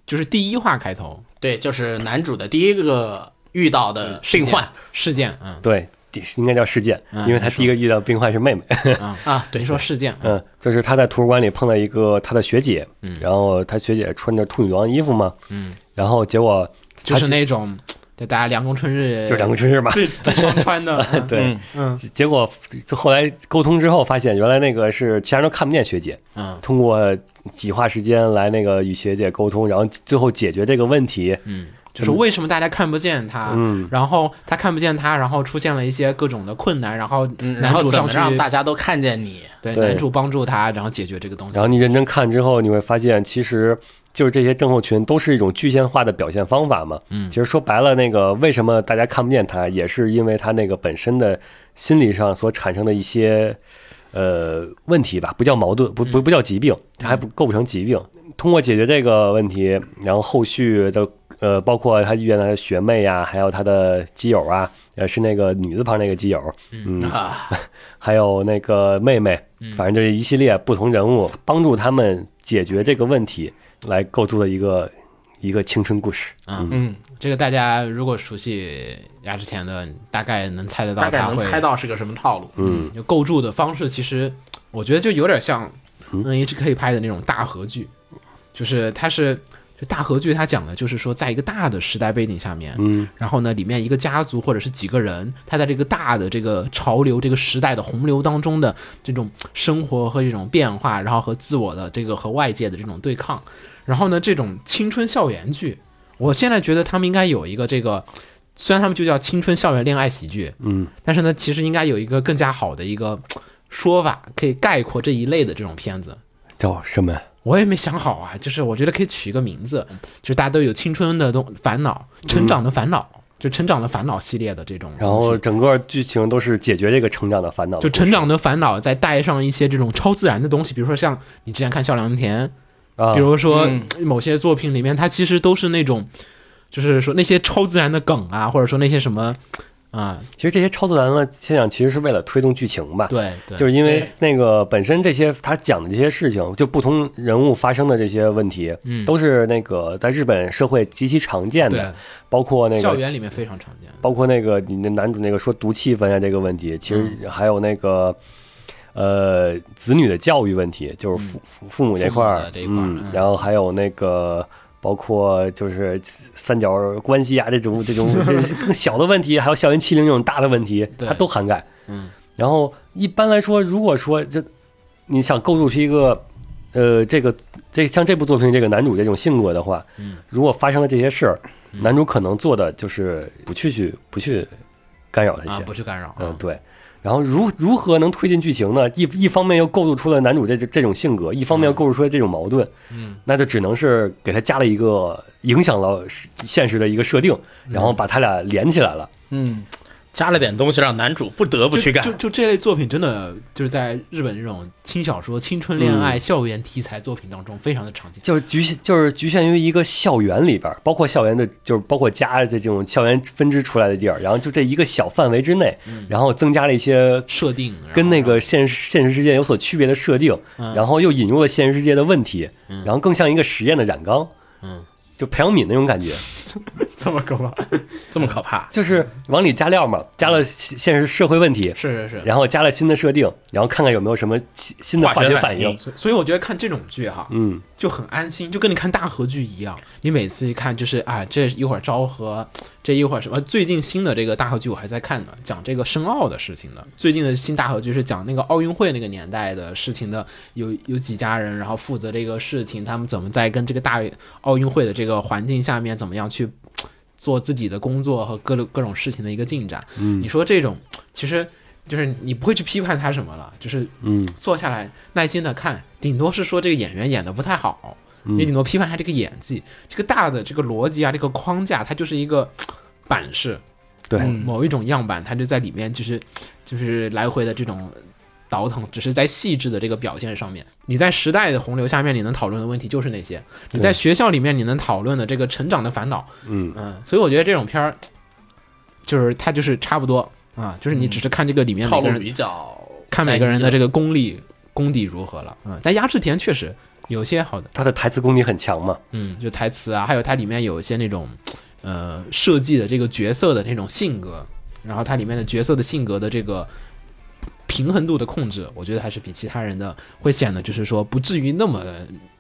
就是第一话开头
对，就是男主的第一个遇到的
事
病
件
患
事件，
(laughs)
嗯
对应该叫事件，
嗯
因为他第一个遇到病患是妹妹。
啊，
啊，对
等于，说事件，
嗯，就是他在图书馆里碰到一个他的学姐，然后他学姐穿着兔女郎衣服嘛，
嗯，
然后结果
就
他
是那种对大家凉宫春日
就是两
(laughs)
个春日嘛，
最最常穿的
(laughs) 对
嗯，
嗯
结结果就后来沟通之后发现，原来那个是其他人都看不见学姐，
嗯
通过几话时间来那个与学姐沟通，然后最后解决这个问题，
嗯，就是为什么大家看不见他，
嗯
然后他看不见他，然后出现了一些各种的困难，然后
嗯
男
然后
主
怎
上
么
去
让大家都看见你？
对
对
男主帮助他，然后解决这个东西
然，后你认真看之后，你会发现其实。就是这些症候群都是一种具象化的表现方法嘛，嗯，其实说白了，那个为什么大家看不见他，也是因为他那个本身的心理上所产生的一些呃问题吧，不叫矛盾，不
嗯
不不叫疾病，它还不构不成疾病。通过解决这个问题，然后后续的呃，包括他原来的学妹呀、还有他的基友啊，呃，是那个女字旁那个基友，嗯，
啊
还有那个妹妹，
嗯
反正就是一系列不同人物帮助他们解决这个问题，来构筑的一个一个青春故事。
嗯，
这个大家如果熟悉牙之前的，大概能猜得到
(laughs) 大概
他
能
会
猜到是个什么套路。
嗯，
就构筑的方式，其实我觉得就有点像 N H K 拍的那种大合剧，就是它是就大合剧，它讲的就是说，在一个大的时代背景下面，嗯，然后呢，里面一个家族或者是几个人，他在这个大的这个潮流、这个时代的洪流当中的这种生活和这种变化，然后和自我的这个和外界的这种对抗，然后呢，这种青春校园剧，我现在觉得他们应该有一个这个。虽然他们就叫青春校园恋爱喜剧，
嗯，
但是呢，其实应该有一个更加好的一个说法，可以概括这一类的这种片子。
叫什么呀？
我也没想好啊，就是我觉得可以取一个名字，就是大家都有青春的东烦恼、
嗯
成长的烦恼，就成长的烦恼系列的这种东西。
然后整个剧情都是解决这个成长的烦恼的
就
故事，
成长的烦恼，再带上一些这种超自然的东西，比如说像你之前看《笑良田》，
啊，
比如说
嗯
某些作品里面，它其实都是那种，就是说那些超自然的梗啊，或者说那些什么。啊，
其实这些超自然的现象其实是为了推动剧情吧？，
对对，
就是因为
对
那个本身这些他讲的这些事情，就不同人物发生的这些问题，
嗯
都是那个在日本社会极其常见
对
的，包括那
校
个。
园里面非常常见。
包括那个你那男主那个说毒气分呀这个问题，其实
嗯
还有那个，呃，子女的教育问题，就是父父父母这
嗯父
块
母
儿
的，这一块儿
嗯
嗯，
然后还有那个包括就是三角关系啊
(laughs)
这种这种这是更小的问题，还有校园欺凌这种大的问题，
对
它都涵盖。
嗯，
然后一般来说，如果说这你想构筑出一个，呃，这个这像这部作品这个男主这种性格的话，
嗯，
如果发生了这些事儿，男主可能做的就是不去去不去干扰这
啊
些，，
不去干扰啊，
嗯，对。然后如如何能推进剧情呢？一一方面又构筑出了男主这这种性格，一方面又构筑出了这种矛盾，
嗯，
那就只能是给他加了一个影响到现实的一个设定，
嗯
然后把他俩连起来了。
嗯，加了点东西让男主不得不去干
就。就这类作品，真的就是在日本这种轻小说、青春恋
嗯
爱、校园题材作品当中非常的常见。
就是局限，就是局限于一个校园里边儿，包括校园的，就是包括家的这种校园分支出来的地儿，然后就这一个小范围之内，然后增加了一些
设定然后
跟那个现实现实世界有所区别的设定，
嗯
然后又引入了现实世界的问题，然后更像一个实验的染缸，
嗯，
就培养皿那种感觉，
这么搞吧，
(laughs) 这么可怕，
就是往里加料嘛，加了现现实社会问题，
(laughs) 是是是。
然后加了新的设定，然后看看有没有什么新新的
化
化
学
学
反
反
应
应，
所所以我觉得看这种剧哈，
嗯。
就很安心，就跟你看大合剧一样。你每次一看就是啊，这一会儿昭和，这一会儿什么？最近新的这个大合剧我还在看呢，讲这个申奥的事情的。最近的新大合剧是讲那个奥运会那个年代的事情的，有有几家人然后负责这个事情，他们怎么在跟这个大奥运会的这个环境下面怎么样去。做自己的工作和各种各种事情的一个进展，嗯，你说这种其实就是你不会去批判他什么了，就是
嗯
坐下来耐心的看，顶多是说这个演员演的不太好，也顶多批判他这个演技。这个大的这个逻辑啊，这个框架，它就是一个版式，
对
某某一种样板，它就在里面，就是就是来回的这种倒腾，只是在细致的这个表现上面。你在时代的洪流下面，你能讨论的问题就是那些；你在学校里面，你能讨论的这个成长的烦恼，
嗯
嗯，所以我觉得这种片儿，就是它就是差不多啊，就是你只是看这个里面
套
每个
路
人
比较
看每个人的这个功力功底如何了。嗯，但压制田确实有些好的，
他的台词功底很强嘛，
嗯，就台词啊，还有它里面有一些那种呃设计的这个角色的那种性格，然后它里面的角色的性格的这个。呃平衡度的控制，我觉得还是比其他人的会显得就是说不至于那么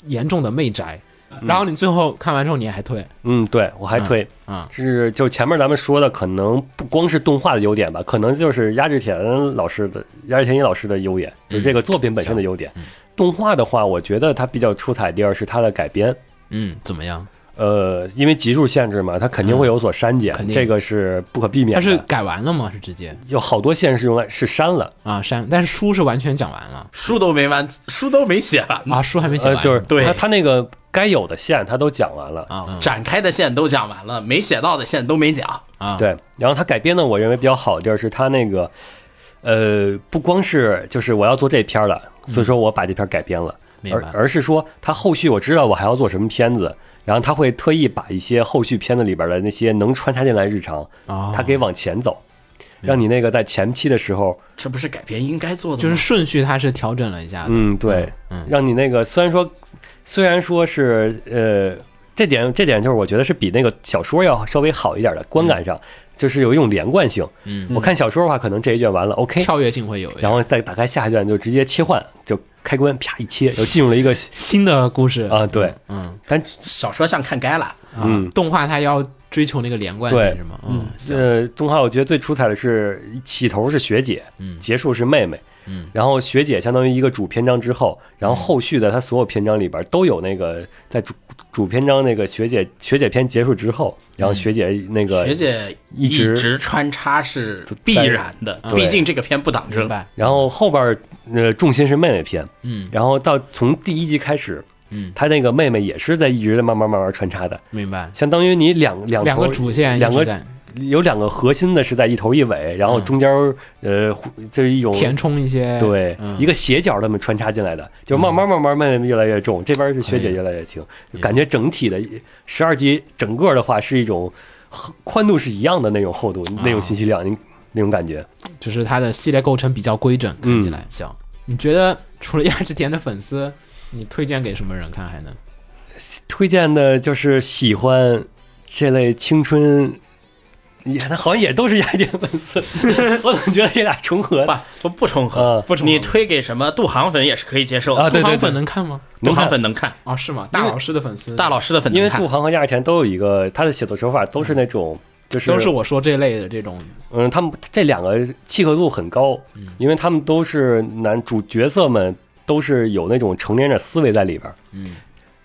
严重的媚宅。然后你最后看完之后你还退
嗯，对我还推
啊、
是就前面咱们说的，可能不光是动画的优点吧，可能就是鸭志田老师的鸭志田一老师的优点，
嗯
就是这个作品本身的优点。动画的话，我觉得它比较出彩的地儿是它的改编，
嗯，怎么样？
呃，因为集数限制嘛，它肯定会有所删减，
嗯肯定
这个是不可避
它
免的。
是改完了吗？是直接
有好多线是用来是删了，
啊删，但是书是完全讲完了
书都没完，书都没写完，
啊，书还没写
呃
完，，
就是
对
它它那个该有的线它都讲完了，
啊嗯
(laughs) 展开的线都讲完了，没写到的线都没讲。
啊，
对，然后他改编的，我认为比较好的地儿是他那个，呃，不光是就是我要做这篇儿了，所以说我把这篇儿改编了，
明白
而而是说他后续我知道我还要做什么片子，然后他会特意把一些后续片子里边的那些能穿插进来日常，
哦
他给往前走，让你那个在前期的时候，
这不是改编应该做的吗？
就是顺序它是调整了一下的。
嗯，对，
嗯
让你那个虽然说虽然说是呃。这点，这点就是我觉得是比那个小说要稍微好一点的，观感上就是有一种连贯性。
嗯，
我看小说的话，可能这一卷完了，OK，
跳跃性会有一
然
点。
后再打开下一卷就直接切换，就开关啪一切，又进入了
(laughs)
一个
新的故事
啊，对，
嗯
但
小说像看该了，
嗯，动画它要追求那个连贯
对
性是吗？嗯，行
呃，动画我觉得最出彩的是起头是学姐，
嗯
结束是妹妹，
嗯，
然后学姐相当于一个主篇章之后，然后后续的它所有篇章里边都有那个在主主篇章那个学姐学姐篇结束之后，然后学姐那个
嗯
学姐
一直
直嗯穿插是必然的，
对
毕竟这个片不党
明
争。
白。
然后后边儿呃重心是妹妹篇，
嗯，
然后到从第一集开始，
嗯
她那个妹妹也是在一直在慢慢慢慢穿插的，
明白。
相当于你两两
两
头
个主线一
两
直
个
在
有两个核心的是在一头一尾，然后中间儿、呃互就是一种
嗯填充一些
对、
嗯
一个斜角这么穿插进来的，就慢慢慢慢慢慢越来越重，
嗯
这边是学姐越来越轻，感觉整体的十二集整个的话是一种宽度是一样的那种厚度，那
啊
种信息量，你那种感觉。
就是它的系列构成比较规整，看起
嗯
来像。你觉得除了亚之田的粉丝，你推荐给什么人看还能？
推荐的就是喜欢这类青春，也那好像也都是雅典粉
(laughs)
丝，我总觉得这俩重
(laughs)
合
不不不重合
啊，
不重合
呃你推给什么杜航粉也是可以接受的
啊！，对对
黄粉
对，
能看吗？
杜
能
航
看
粉能看，
哦，是吗？大老师的粉丝，
大老师的粉
因
能
为
看
杜。航和亚尔田都有一个他的写作手法，都是那种就是
都是我说这类的这种，
嗯，他们这两个契合度很高，因为他们都是男主角色们都是有那种成年人的思维在里边，嗯，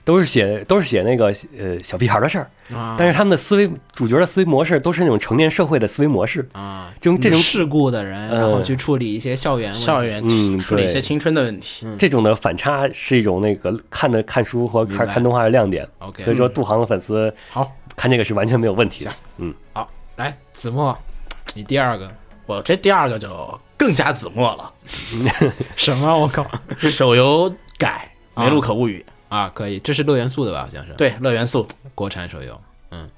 都是写都是写那个呃小屁孩的事儿，
啊
但是他们的思维主角的思维模式都是那种成年社会的思维模式，
啊，
这种这种
事故的人，
呃
然后去处理一些校园问题
校园
嗯
处理一
对
些青嗯春的问题，
这种的反差是一种那个看的看书和
明
看
白
看动画的亮点。
OK
所以说杜航的粉丝
好
看这个是完全没有问题的。
好，来子墨，你第二个
我这第二个就更加子墨 (laughs) 了，
什么？我靠
手游改《梅路可物语》
啊，可以，这是乐元素的吧？好像是
对乐元素，
国产手游，嗯，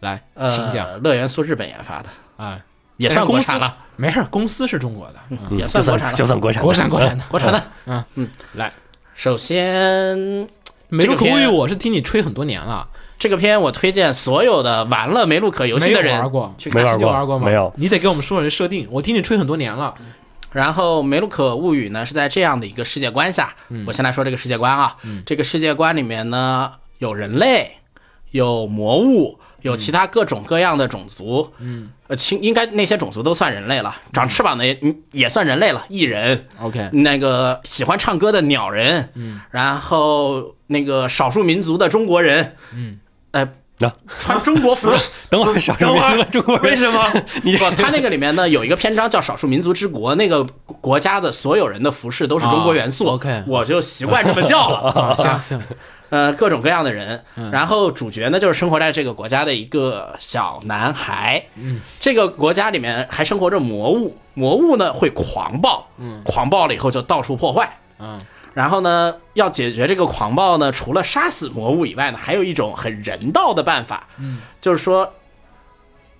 来，请讲
呃，乐元素日本研发的，
啊，
也
哎
算
公
国
司
产了，
没事儿，公司是中国的，嗯
嗯
也
就
算国
算
产了，
就算国产，
国产国产
嗯
的，
国产的。
嗯嗯，来，
首先，
美露
这个
口
片
语我是听你吹很多年了，
这个片我推荐所有的玩了梅路可游戏的
没有
人
玩过
去
没
看
玩。
你有玩过吗？
没有
你得给我们说说这设定，我听你吹很多年了，
嗯然后《梅鲁可物语》呢是在这样的一个世界观下，我先来说这个世界观啊，这个世界观里面呢有人类，有魔物，有其他各种各样的种族，嗯，呃，其应该那些种族都算人类了，长翅膀的也嗯也算人类了，异人。
OK
那个喜欢唱歌的鸟人，嗯，然后那个少数民族的中国人，嗯，呃，
(laughs) 啊
穿中 (laughs) 国服，
等会儿少数民族的中国人
为
(laughs)
什么？你不，他那个里面呢有一个篇章叫《少数民族之国》，那个国家的所有人的服饰都是中国元素。
哦，OK
我就习惯这么叫
啊， (laughs)
了。
行行，
呃，各种各样的人，然后主角呢就是生活在这个国家的一个小男孩。嗯，这个国家里面还生活着魔物，魔物呢会狂暴，嗯，狂暴了以后就到处破坏。
嗯，
然后呢，要解决这个狂暴呢，除了杀死魔物以外呢，还有一种很人道的办法，嗯，就是说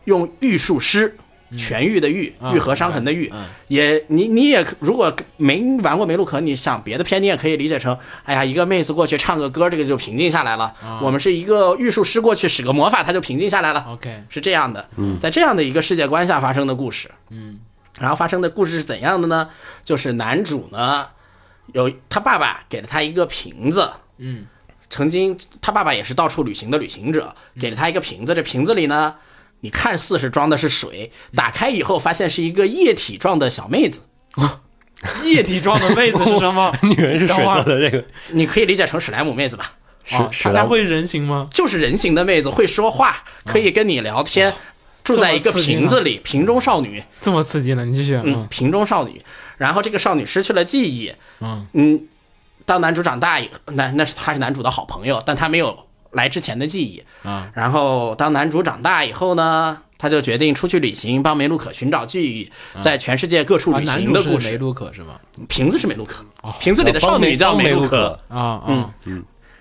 用愈术师。痊愈的愈，
啊
愈合伤痕的愈，
嗯
也你你也如果没玩过梅露可，你想别的片，你也可以理解成，哎呀，一个妹子过去唱个歌，这个就平静下来了。我们是一个愈术师过去使个魔法，他就平静下来了。
啊 OK
是这样的，
嗯
在这样的一个世界观下发生的故事，嗯，然后发生的故事是怎样的呢？就是男主呢，有他爸爸给了他一个瓶子，嗯，曾经他爸爸也是到处旅行的旅行者，
嗯
给了他一个瓶子，这瓶子里呢，你看似是装的是水，
嗯
打开以后发现是一个液体状的小妹子，
液体状的妹子是什
(laughs)
么？
女人是水做的这个
你可以理解成史莱姆妹子吧，
史
啊
史
她
莱姆
会人形吗？
就是人形的妹子，会说话，可以跟你聊天，住在一个
哦这么刺激吗啊
瓶子里，瓶中少女。
这么刺激呢？你继续，
嗯，
嗯
瓶中少女。然后这个少女失去了记忆，
嗯
嗯，当男主长大以，男那是他是男主的好朋友，但他没有来之前的记忆。
啊
然后当男主长大以后呢，他就决定出去旅行，帮梅鲁可寻找记忆，在全世界各处
啊，
旅
男
行
主
的
是
故
梅
事。
露可是吗？
瓶子是梅鲁可，瓶子里的少女叫
帮梅帮
鲁
梅露
可
可。
啊
嗯
啊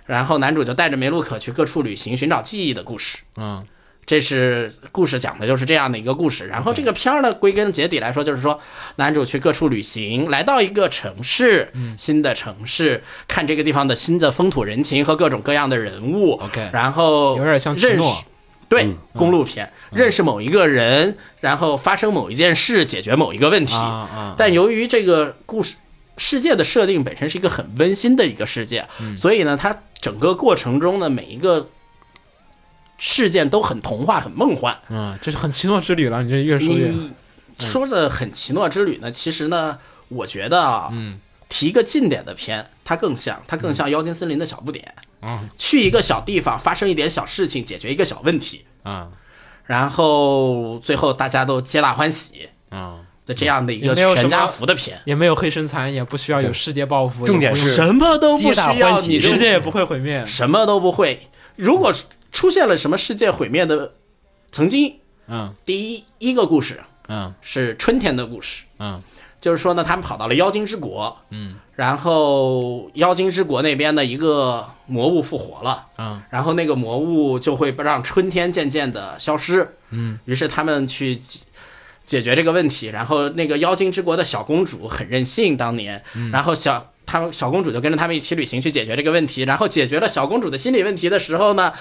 然后男主就带着梅鲁可去各处旅行，寻找记忆的故事。
嗯
这是故事讲的就是这样的一个故事。然后这个片儿呢，归根结底来说，就是说男主去各处旅行，来到一个城市，
嗯
新的城市，看这个地方的新的风土人情和各种各样的人物。
OK
然后
有点像奇
认
诺嗯
识。对，公路片认识某一个人，然后发生某一件事，解决某一个问题
啊。啊，
但由于这个故事世界的设定本身是一个很温馨的一个世界，
嗯
所以呢，它整个过程中呢，每一个事件都很童话、很梦幻。
嗯，这是很奇诺之旅了，你这越说越
你说的很奇诺之旅呢，其实呢，我觉得啊，
嗯
提一个近点的片，它更像，它更像《妖精森林》的小不点，
啊
去一个小地方发生一点小事情，解决一个小问题，
啊
然后最后大家都皆大欢喜
啊，
的这样的一
也
个
没有什
全家
么
福的片。
也没有黑身残，也不需要有世界报复，
重
也
点
不用
是
什么都不
皆大
需要，
欢喜
你就
世界也不会毁灭。
什么都不会。如果出现了什么世界毁灭的，曾经
嗯
第一一个故事
嗯
是春天的故事，
嗯
就是说呢，他们跑到了妖精之国，嗯，然后妖精之国那边的一个魔物复活了，
嗯，
然后那个魔物就会让春天渐渐的消失，嗯，于是他们去解解决这个问题，然后那个妖精之国的小公主很任性，当年，然后小。他们小公主就跟着他们一起旅行去解决这个问题，然后解决了小公主的心理问题的时候呢，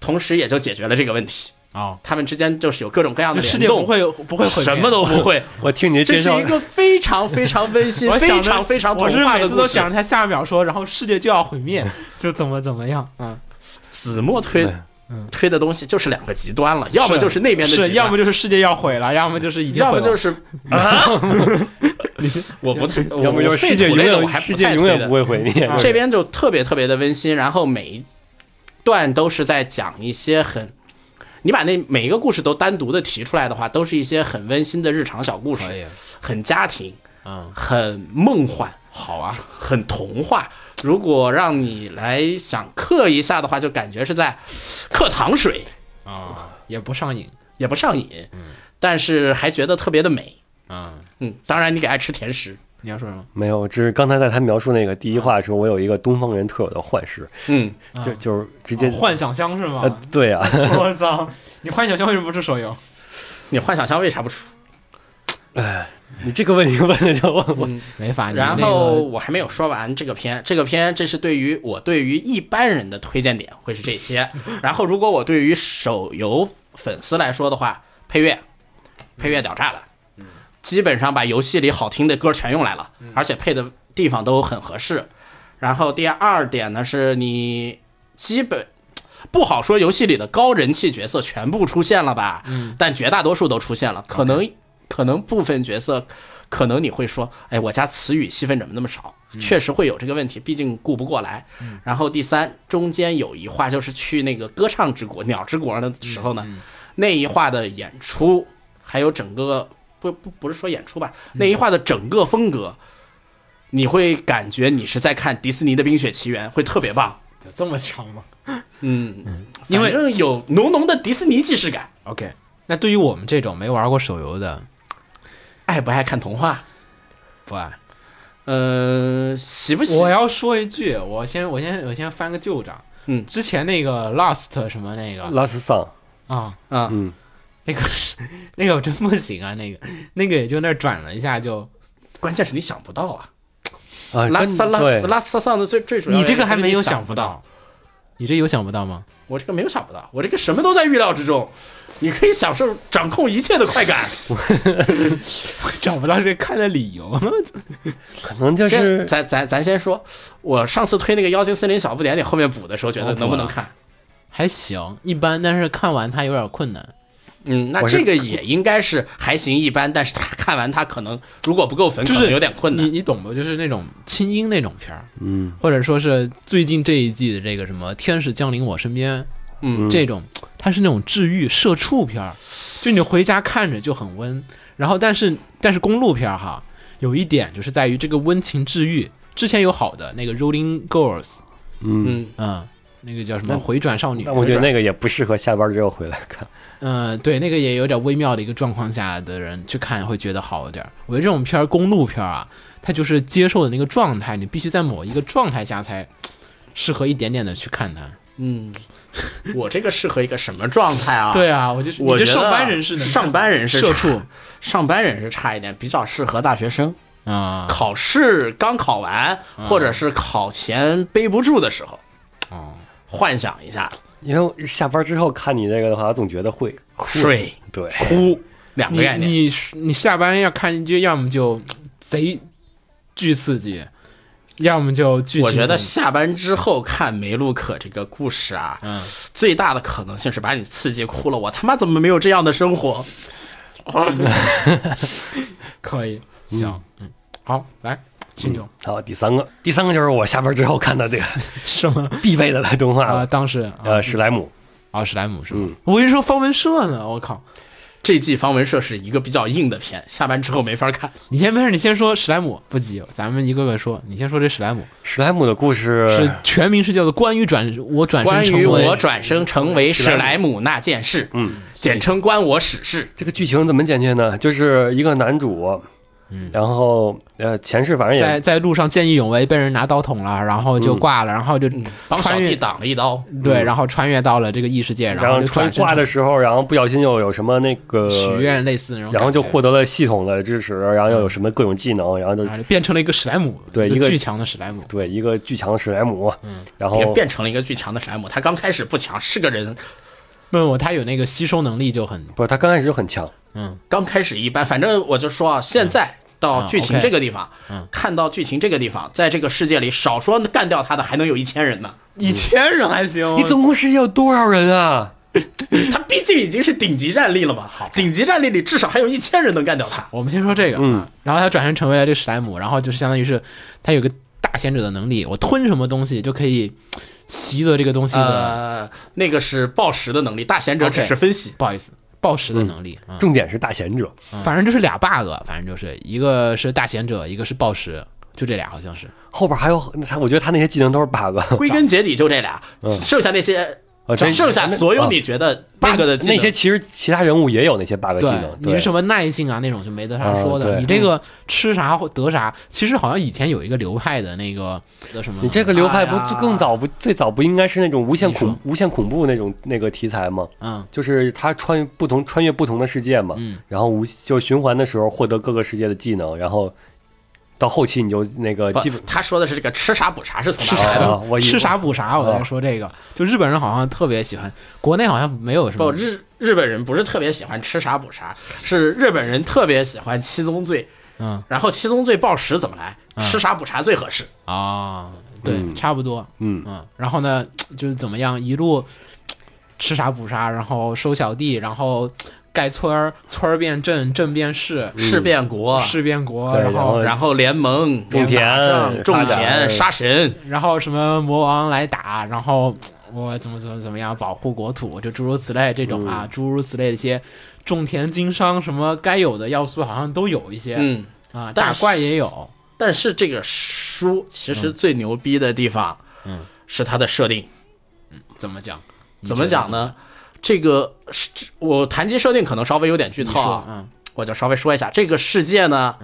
同时也就解决了这个问题。
哦，
嗯他们之间就是有各种各样的
这
联
世
动，
界不会不会毁灭，
什么都不会。
我听你的
(laughs) 这
介
是
绍
一，个非常非常温馨、
我想
非
着
常非常童
我是
话
每
的
次
故
都
事
想。着他下一秒说，然后世界就要毁灭， (laughs) 就怎么怎么样，嗯，
子墨推推的东西就是两个极端了，要么就是那边的
是，
极
要么
端，
就是世界要毁了，要么就是已经
要
毁
么
了，
就是啊， (laughs) 我不太，
(laughs) 要不
我
就是世界
废土
永
类的我
远
还
世
太
界永
推
远
的啊
不会毁灭。
啊
这边就特别特别的温馨，然后每一段都是在讲一些很，你把那每一个故事都单独的提出来的话，都是一些很温馨的日常小故
可以
事，，很家庭，
嗯，
很梦幻，
好啊，
很童话。如果让你来想刻一下的话，就感觉是在刻糖水，
哦
啊，也不上瘾，
也不上瘾，但是还觉得特别的美。
嗯，
嗯，当然你给爱吃甜食，
你要说什么？
没有，只是刚才在他描述那个第一话的时候，我有一个东方人特有的幻视，
嗯，
就就是直
哦
啊
接
幻想箱是吗
呃？对啊，
(laughs) 我操！你幻想箱为什么不是手游？
你幻想箱为啥不出？
你这个问题问的就我
嗯
没法，你
然
那
后
个
我还没有说完这个片，这个片这是对于我对于一般人的推荐点会是
(laughs)
这些。然后如果我对于手游粉丝来说的话，配乐，配
嗯
乐屌炸了，基本上把游戏里好听的歌全用来了，
嗯
而且配的地方都很合适。然后第二点呢，是你基本。不好说，游戏里的高人气角色全部出现了吧？嗯，但绝大多数都出现了，可能可能部分角色可能你会说，哎，我家词语戏份怎么那么少？确实会有这个问题，毕竟顾不过来。然后第三，中间有一话就是去那个歌唱之国、鸟之国的时候呢，那一话的演出，还有整个不不不是说演出吧，那一话的整个风格，你会感觉你是在看迪士尼的《冰雪奇缘》，会特别棒。
有这么强吗
嗯，
因为
反正有浓浓的迪士尼既视感。
OK，那对于我们这种没玩过手游的，
爱不爱看童话？
不爱。
呃，喜不喜
我？要说一句，我先我先我先翻个旧账。
嗯
之前那个 Lost 什么那个
拉斯桑，
嗯啊，
啊，
嗯，
那个 (laughs) 那个我真不行啊，那个那个也就那儿转了一下就。
关键是你想不到啊。
啊，
拉
真
斯拉
对
斯拉斯上的最最主要，
你这个还没有
想
不，到，你这有想不到吗？
我这个没有想不到，我这个什么都在预料之中。你可以享受掌控一切的快感。
(laughs) 找不到这看的理由。
可能就
先，
是
咱咱咱先说，我上次推那个《妖精森林小不点》，你后面补的时候觉
我
得
哦补
能不能
了嗯
看？
(laughs) 还行，一般，但是看完它有点困难。
嗯，那
我是
这个也应该是还行一般，但是他看完他可能如果不够粉，
就
可
是
能有点困
你
难。
你懂不？就是那种清音那种片儿，
嗯，
或者说是最近这一季的这个什么《天使降临我身边》，
嗯
这种它是那种治愈社畜片儿，就你回家看着就很温。然后，但是但是公路片儿哈，有一点就是在于这个温情治愈。之前有好的那个《Rolling Girls》，
嗯，
嗯，
嗯，那个叫什么《回转少女》，
但我觉得那个也不适合下班之后回来看。
嗯，对，那个也有点微妙的一个状况下的人去看会觉得好一点儿。我觉得这种片儿，公路片儿啊，它就是接受的那个状态，你必须在某一个状态下才适合一点点的去看它。
嗯，我这个适合一个什么状态啊？，
对啊，我就
我
你
觉
这
得
上班人士能
上班人士
社
差
畜
上班人是差一点，比较适合大学生。
啊
考试刚考完，
嗯
或者是考前背不住的时候，
哦，
幻想一下，
因为我下班之后看你这个的话，我总觉得会
睡、
对，
哭两个
你
概念。
你你下班要看就要么就贼巨刺激，要么就巨
我觉得
轻松
下班之后看梅露可这个故事啊，
嗯，
最大的可能性是把你刺激哭了。我他妈怎么没有这样的生活？
可以行嗯好来
嗯
秦总
好，第三个，第三个就是我下班之后看的这个
(laughs)
(laughs)
什么
必备的动画
啊？
了，
当时啊
呃，史莱姆。
啊，史莱姆是
嗯
吗？我跟你说方文社呢，我靠！
这季方文社是一个比较硬的片，下班之后没法看。
你先没事，你先说史莱姆，不急，咱们一个个说。你先说这史莱姆
史莱姆的故事
是全名是叫做《关于转我转身
关
成
于
为》，嗯
我转生成为史莱姆那件事，嗯，简称关我史事。
这个剧情怎么简介呢？就是一个男主，然后呃，前世反正
嗯在
也
在路上见义勇为，被人拿刀捅了，然后就挂
嗯
了，然后就
帮小
穿越
弟挡了一刀，
对，然后穿越到了这个异世界，
然
后
后
就
穿
转身
挂的时候，然后不小心又有什么那个
成许愿类似那种感觉，嗯
然后就获得了系统的支持，然后又有什么各种技能，然后就
然后就变成了一个史莱姆，
对
一
一个
巨强的史莱姆，
对一个巨强的史莱姆，
嗯哦
然后
也变成了一个巨强的史莱姆。他刚开始不强，是个人，
不不，他有那个吸收能力就很
不是他刚开始就很强，
刚开始一般。反正我就说啊，现在到
嗯
剧情
OK
这个地方，看到剧情这个地方，在这个世界里，少说干掉他的还能有一千人呢。
一千人还行，
嗯
你总共世界有多少人啊？
他毕竟已经是顶级战力了嘛，顶级战力里至少还有一千人能干掉他。
我们先说这个，
嗯，
然后他转身成为了这个史莱姆，然后就是相当于是他有个大贤者的能力，我吞什么东西就可以习得这个东西的。
呃，那个是暴食的能力，大贤者
啊 OK
只是分析。
不好意思，暴食的能力，嗯
重点是大贤者，
反正就是俩 bug，反正就是一个是大贤者，一个是暴食，就这俩好像是。
后边还有他，我觉得他那些技能都是 bug，
归根结底就这俩，剩下那些，
啊真 (laughs)
剩下所有你觉得 bug 的技能
那些其实其他人物也有那些 bug 技能，
你是什
么？
么耐性啊那种就没得啥
啊
说的。
对
你这个吃啥或得啥，其实好像以前有一个流派的那个的什么，
你这个流派不
哎呀
就更早不最早不应该是那种无限
你
恐
说
无限恐怖那种那个题材吗？
嗯
就是他穿越不同穿越不同的世界嘛，
嗯
然后无就循环的时候获得各个世界的技能，然后到后期你就那个
不
基本
他说的是这个吃啥补啥是从哪
啥
来的？
啊
哦
我以为哦
吃啥哦补啥，我在说这个，就日本人好像特别喜欢，国内好像没有什
不，
么。
日日本人不是特别喜欢吃啥补啥，是日本人特别喜欢七宗罪。
嗯，
然后七宗罪暴食怎么来？吃啥补啥最合适。
啊，对，
嗯
差不多，
嗯
嗯，然后呢，就是怎么样，一路吃啥补啥，然后收小弟，然后盖村儿，村儿变镇，镇变市，
事变国，
市变国，
对
然
然后
后
嗯然后联盟、
种田
打仗种
发
田、
展
杀神，
然后什么魔王来打，然后我怎么怎么怎么样保护国土，就诸如此类这种啊，诸如此类的一些种田经商什么该有的要素好像都有一些，
嗯。
啊，
但
打
是
怪也有，
但是这个书其实最牛逼的地方，嗯，是它的设定。
怎么讲？
怎么讲呢？这个是我谈及设定可能稍微有点剧
你
透
说
啊，，
嗯
我就稍微说一下这个世界呢，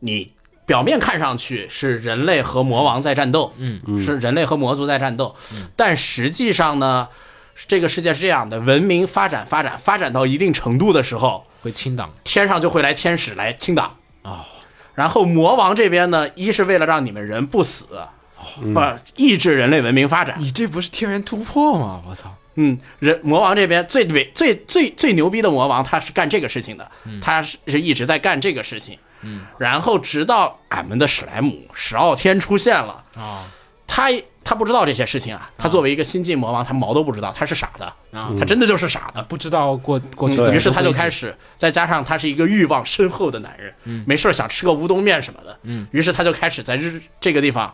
你表面看上去是人类和魔王在战斗，嗯，是人类和魔族在战斗，
嗯
但实际上呢，这个世界是这样的：文明发展发展发展到一定程度的时候，
会清党
天上就会来天使来清党
哦。
然后魔王这边呢，一是为了让你们人不死，
哦
不、抑制人类文明发展，
你这不是天元突破吗？我操！
嗯，人魔王这边最伟最最最牛逼的魔王，他是干这个事情的，他是是一直在干这个事情。嗯，然后直到俺们的史莱姆史傲天出现了，
啊
他他不知道这些事情啊，他作为一个新晋魔王，他毛都不知道，他是傻的，
啊！
他真的就是傻的。
不知道过过去怎么
嗯
过，
于是他就开
始
始，再加上他是一个欲望深厚的男人，
嗯
没事儿想吃个乌冬面什么的，于是他就开始在日这个地方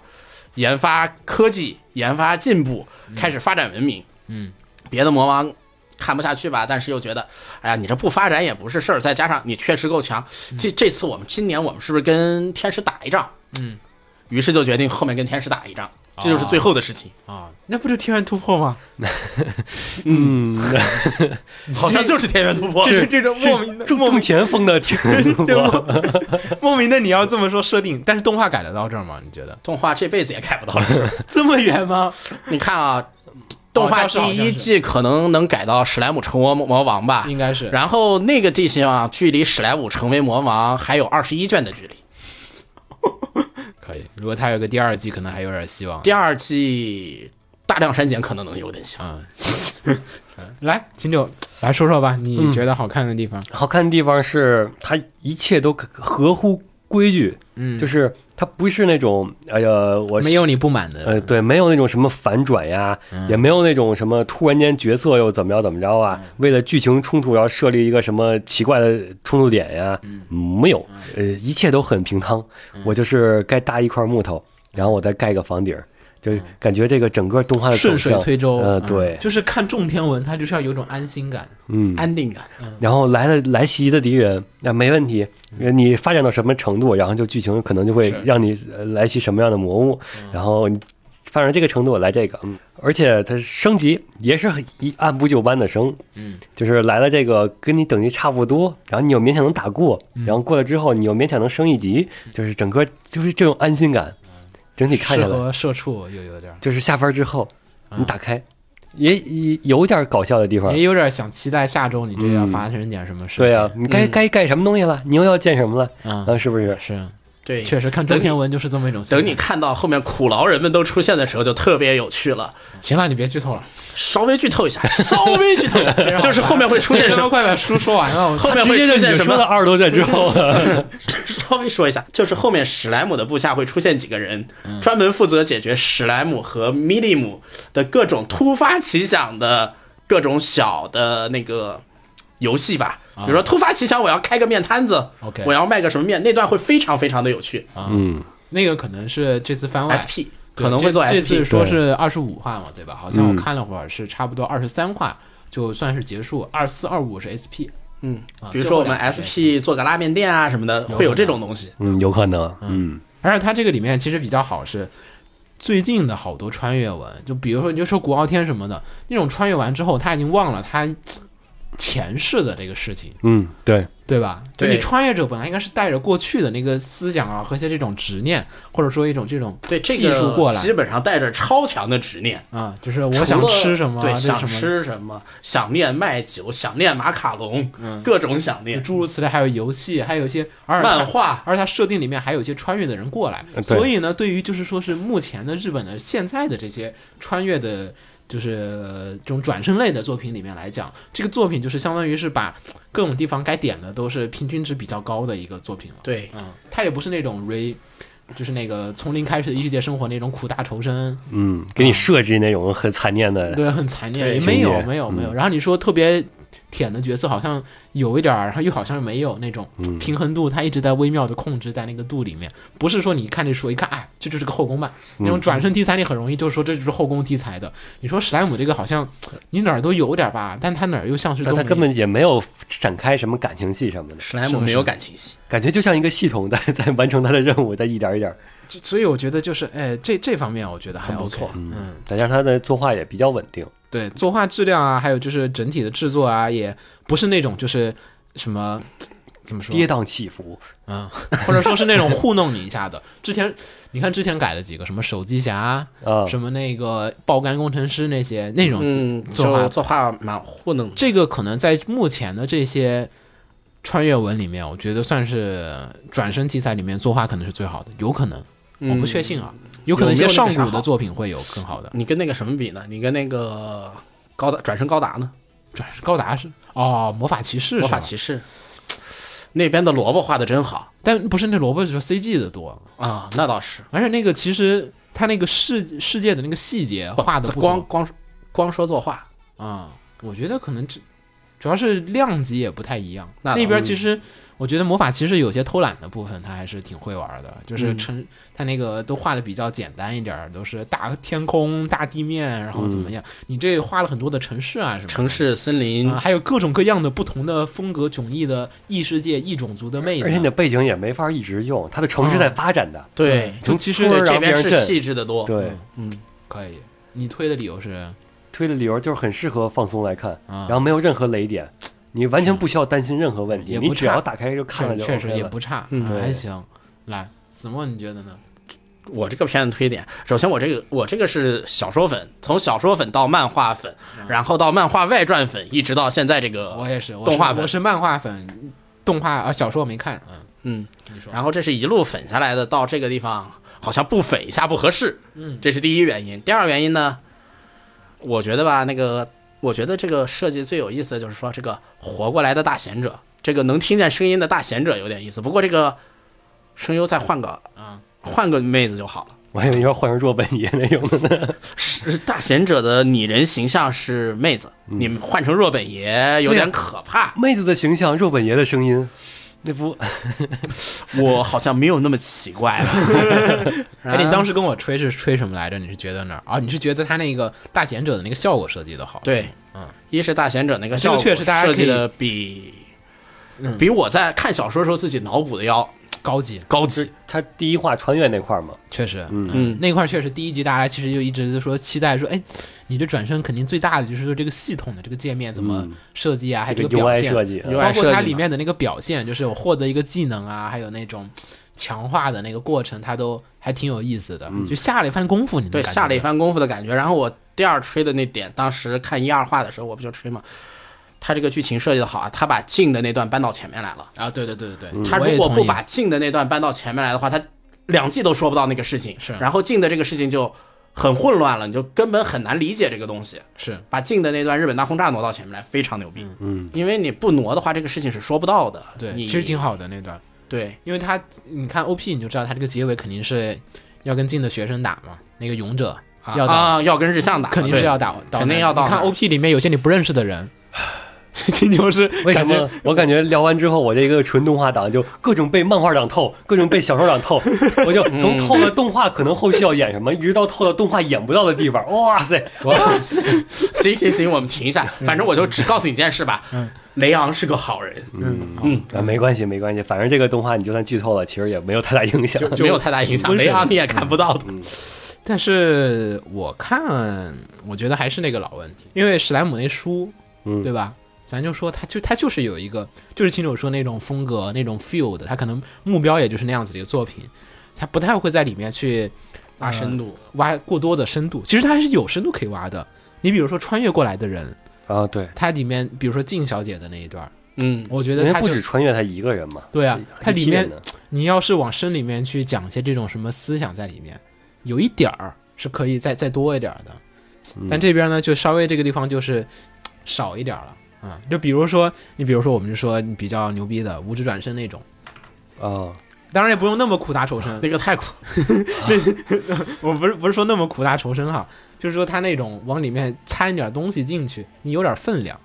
研发科技、研发进步，
嗯
开始发展文明。嗯，别的魔王看不下去吧，但是又觉得，哎呀，你这不发展也不是事儿，再加上你确实够强，
嗯
这这次我们今年我们是不是跟天使打一仗？
嗯，
于是就决定后面跟天使打一仗，这就是最后的事情，
啊，那不就天元突破吗？
好像就是天元突破，
是这种莫
(laughs)
名的
种
莫
种
名
田风的田我
(laughs)
莫名的，你要这么说设定
但是动画改得到这儿吗？你觉得？
动画这辈子也改不到了。
这么远吗？
你看啊，动画
当时
第
好像哦是
一季可能能改到史莱姆成为魔王吧，
应该是
然后那个地形啊，距离史莱姆成为魔王还有二十一卷的距离。
可以。如果他有个第二季，可能还有点希望。
第二季大量删减可能能有点像，
嗯，来，秦九来说说吧，你觉得好看的地方？
(laughs) 好看的地方是它一切都合乎规矩，
嗯，
就是它不是那种哎呀我
没有你不满
呃
的。嗯
对，没有那种什么反转呀，也没有那种什么突然间角色又怎么着怎么着啊，
嗯
为了剧情冲突要设立一个什么奇怪的冲突点呀，
嗯
没有，呃，一切都很平汤。我就是该搭一块木头，然后我再盖个房顶儿，就感觉这个整个动画的
嗯
走
顺水
向
推舟
呃，
嗯
对，
就是看种天文，他就是要有种安心感。
嗯，
安定感。
然后来了来袭的敌人，那没问题。呃你发展到什么程度，然后就剧情可能就会
是嗯
让你呃来袭什么样的魔物，然后你反正这个程度我来这个，嗯，而且它升级也是很一按部就班的升，嗯，就是来了这个跟你等级差不多，然后你又勉强能打过，
嗯
然后过了之后你又勉强能升一级，就是整个就是这种安心感，整体看
适
下来
合啊社畜又有点儿，
就是下班之后你打开，也也有点搞笑的地方
也，有点想期待下周你这要发生点什么事情。
嗯对啊呀、你该该干什么东西了，你又要见什么了，
嗯
嗯啊，是不是？
是
对，
确实看
等
中
你
篇文就是这么一种心态。
等你看到后面苦劳人们都出现的时候，就特别有趣了。
行了，你别剧透了，
稍微剧透一下，稍微剧
(laughs)
透一下，就是后面会出现
这
什
都
么，
快把书说完
(laughs)
了，我
后面会出现什
说
么
到？二十多卷之后了，
(laughs) 稍微说一下，就是后面史莱姆的部下会出现几个人，
嗯
专门负责解决史莱姆和米利姆的各种突发奇想的各种小的那个游戏吧。比如说突发奇想，我要开个面摊子
啊 OK 啊
我要卖个什么面，那段会非常非常的有趣。
嗯，
那个可能是这次番外
SP
对
可能会做
这这次
SP，
说是二十五话嘛，对吧？好像我看了会儿是差不多二十三话就算是结束，二四二五是 SP，
嗯
啊，
比如说我
最
们
后两集
SP 做个拉面店啊什么的，会有这种东西。
嗯，有可能，嗯，
而且它这个里面其实比较好是。最近的好多穿越文，就比如说你就说古傲天什么的，那种穿越完之后，他已经忘了他前世的这个事情，
嗯，对，
对吧？就
对
你穿越者本来应该是带着过去的那个思想啊，和一些这种执念，或者说一种这种
对这
技术过
个
来
基本上带着超强的执念，
啊，就是我想
除了
吃什么，啊
对，
这
想
什么
吃什么，想念麦酒，想念马卡龙，各种想
就
念。
诸如此类，还有游戏，还有一些而
漫画嗯
而它设定里面还有一些穿越的人过来，
呃对
所以呢，对于就是说是目前的日本的现在的这些穿越的，就是呃这种转身类的作品里面来讲，这个作品就是相当于是把各种地方该点的都是平均值比较高的一个作品了。
(laughs) 对，
嗯，它也不是那种 re，就是那个从零开始的异世界生活那种苦大仇深，
嗯，给你设置那种很残念的，
对，很残念，
对
也没有
情节
没有没有。
嗯
然后你说特别舔的角色，好像有一点儿，然后又好像没有那种
嗯
平衡度，它一直在微妙的控制在那个度里面。不是说你一看这书一看，哎，这就是个后宫漫，那
嗯
种转身题材你很容易就说这就是后宫题材的。你说史莱姆这个好像你哪儿都有点儿吧，但它哪儿又像是
但
都
他
没
根
有
本也没有展开什么感情戏什么的，
史莱姆没有感情戏，
感觉就像一个系统在 (laughs) 在完成他的任务，在一点一点，
就所以我觉得就是哎，这这方面我觉得还
很不
OK
错
嗯。
再加上他的作画也比较稳定，
对，作画质量啊，还有就是整体的制作啊，也不是那种就是什么怎么说
跌宕起伏，
嗯， (laughs) 或者说是那种糊弄你一下的。之前你看之前改的几个什么手机侠，
啊
什么那个爆肝工程师那些那种，
哦嗯，
作画
就作画蛮糊弄的。
这个可能在目前的这些穿越文里面，我觉得算是转身题材里面作画可能是最好的，有可能，
嗯
我不确信啊，有可能一些
有没有
上
那个啥嗯
古的
好
作品会有更好的。
你跟那个什么比呢？你跟那个高达转身高达呢？
转高达是哦，魔法骑士是吧，
魔法骑士那边的萝卜画的真好
但不是那萝卜就是 CG 的多，
啊，那倒是。
而且那个其实它那个世世界的那个细节画的
光光光说作画，
啊、我觉得可能这主要是量级也不太一样。
那
那
倒
边其实我觉得魔法骑士有些偷懒的部分，他还是挺会玩的，就是
嗯
成他那个都画的比较简单一点儿，都是大天空、大地面，然后
嗯
怎么样？你这画了很多的城市啊什么的
城。市、森林
啊、，还有各种各样的不同的风格迥异的异世界、异种族的妹子，啊
而且你的背景也没法一直用，他的城市在发展的，
对，
就其实
突
嗯对
然
这
让别人
边是
震
细致的多。嗯
对，
嗯可以。你推的理由是，
推的理由就是很适合放松来看，
啊
然后没有任何雷点，你完全不需要担心任何问题，
嗯也不
你只要
差
打开就看了就 OK
确
了，
实也不差，
嗯
啊
对
还行。来，子墨，你觉得呢？
我这个片子推点，首先我这个我这个是小说粉，从小说粉到漫画粉，然后到漫画外传粉，一直到现在这个
嗯我也是，我
动画
是
粉
我是漫画粉，动画啊小说我没看，嗯，
嗯，
你说
然后这是一路粉下来的，到这个地方好像不粉一下不合适，嗯，这是第一原因。第二原因呢，我觉得吧，那个我觉得这个设计最有意思的就是说这个活过来的大贤者，这个能听见声音的大贤者有点意思。不过这个声优再换个
啊，
换个妹子就好了。
我以为你说换成若本爷那种的呢， (laughs)
是大贤者的拟人形象是妹子，你们换成若本爷有点可怕。
妹子的形象，若本爷的
(laughs)
声音，那不
我好像没有那么奇怪了。
(laughs)
啊
哎，你当时跟我吹是吹什么来着？你是觉得哪儿啊？你是觉得他那个大贤者的那个效果设计的好？，
对，
嗯，
一是大贤者那个效果
这个确实大家嗯
设
可以
计的比、比我在看小说时候自己脑补的要
高级，
高
就
级
是， (laughs) 他第一话穿越那块儿嘛，
确实，
嗯
嗯
那块儿确实第一集大家其实就一直就说期待说，哎，你这转身肯定最大的就是说这个系统的这个界面怎么
嗯
设计啊，还有
这
这个
个
表
UI
现，
设计，
UI
嗯
包括它
设计
里
嘛
面的那个表现，就是我获得一个技能啊，还有那种强化的那个过程，它都还挺有意思的，就下了一番功夫，你能
嗯对，
感觉
下了一
到
番功夫的感觉。然后我第二吹的那点，当时看一二话的时候，我不就吹嘛，他这个剧情设计的好啊，他把近的那段搬到前面来了。
啊，对对对对对，
他
我
如
也
果
同
不
意
把近的那段搬到前面来的话，他两季都说不到那个事情。
是
然后近的这个事情就很混乱了，你就根本很难理解这个东西。
是
把近的那段日本大轰炸挪到前面来，非常牛逼。
嗯，
因为你不挪的话，这个事情是说不到的。
对，
你
其实挺好的那段，
对，
因为他你看 OP 你就知道他这个结尾肯定是要跟进的学生打嘛，那个勇者要打
啊，要跟日向打嘛，
肯定是
对
要打，打
肯定
的
要到
你看
(laughs) 那儿
OP 里面有些你不认识的人， (laughs) 这就是
为什
感觉
么我感觉聊完之后，我这个纯动画党就各种被漫画党透，各种被小说
(laughs)
党透，我就
嗯
从透了动画可能后续要演什么，一直到透了动画演不到的地方，哇塞，
行行行，我们停一下，
嗯
反正我就只告诉你一件事吧，雷昂是个好人，
嗯啊，没关系没关系，反正这个动画你就算剧透了，其实也没有太大影响。
没有太大影响，
温水
雷昂你也看不到
嗯
的。
但是我看，我觉得还是那个老问题，因为史莱姆那书，
嗯
对吧？咱就说他就他就是有一个，就是清楚说那种风格、那种 feel 的，他可能目标也就是那样子的一个作品，他不太会在里面去
挖深度，
挖过多的深度。其实他还是有深度可以挖的。你比如说穿越过来的人，
啊，对，
他里面比如说静小姐的那一段，
嗯，
我觉
人
得
家
他
不
就
止穿越他一个人嘛，
对啊，它
一
里
批
面
人呢
你要是往深里面去讲一些这种什么思想在里面，有一点儿是可以再再多一点儿的，但这边呢就稍微这个地方就是嘖少一点儿了。嗯，就比如说你，比如说我们就说你比较牛逼的五指转身那种，
啊，
当然也不用那么苦大仇
(laughs)
深，
那个太苦，
我不是不是说那么苦大仇深哈，就是说他那种往里面掺点东西进去，你有点分量。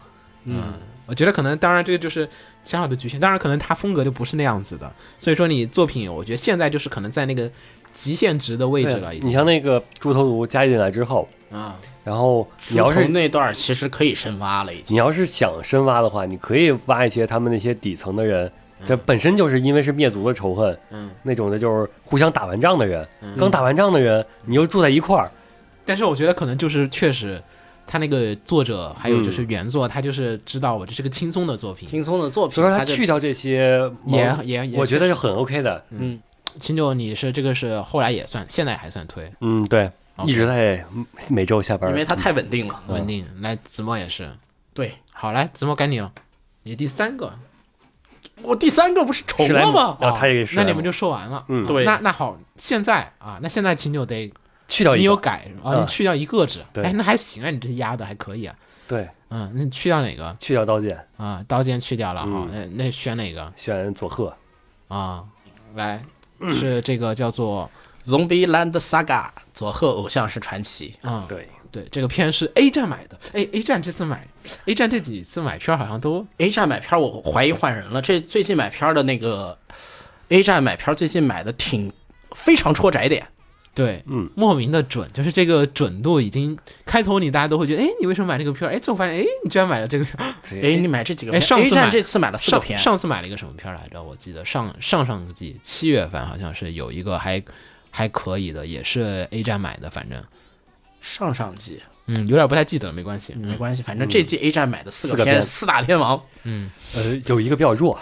嗯，我觉得可能，当然这个就是小小的局限，当然可能他风格就不是那样子的，所以说你作品，我觉得现在就是可能在那个极限值的位置了，已
对，啊
经。
你像那个猪头颅加进来之后，
啊，
然后你要
从
是
那段其实可以深挖了，已经。
你要是想深挖的话，你可以挖一些他们那些底层的人，这本身就是因为是灭族的仇恨，
嗯，
那种的就是互相打完仗的人，刚打完仗的
嗯
人，你又住在一块儿，
但是我觉得可能就是确实，他那个作者还有
嗯
就是原作，他就是知道我这是个轻松的作品。
轻松的作品，
所以说他
就
去掉这些毛，
也也也，
我觉得是很 OK 的，
嗯，
秦九，你是这个是后来也算，现在还算推
嗯，对，
OK
一直在每周下班，
因为他太稳定了。
嗯
稳定。来，子墨也是，
对
好来，子墨该你了，你第三个哦
我第三个不是重
史莱
了
姆
吗？
啊，他也是史
那
莱姆，
你们就说完了。
嗯
啊
对
那那好，现在啊，那现在秦九得
去掉
你
一
有
个，
改啊，你
嗯
去掉一个值，
对
哎，那还行啊，你这压的还可以啊。
对，
嗯，那你去掉哪个
去掉刀剑，
啊？刀剑去掉了哈
嗯，
那那选哪个
选佐贺，
啊？来，
嗯
是这个叫做
Zombie Land Saga 佐贺偶像是传奇，
啊，
对，
对，这个片是 A 站买的，哎，A 站这次买，A 站这几次买票好像都
A 站买票，我怀疑换人了。这最近买票的那个 A 站买票，最近买的挺非常戳窄点。
对，
嗯，
莫名的准，就是这个准度已经开头你大家都会觉得，哎，你为什么买这个票？哎，最后发现，哎，你居然买了这个票。
哎，你买这几个
哎
片
上次
，A
买
站这次买了四个
上
片，
上次买了一个什么片儿来着？我记得上上上个季七月份好像是有一个还还可以的，也是 A 站买的，反正
上上季
嗯有点不太记得了，没关系。
没关系，反正这季 A 站买的四
四
个
个
片，
片
四大天王
呃，有一个比较弱，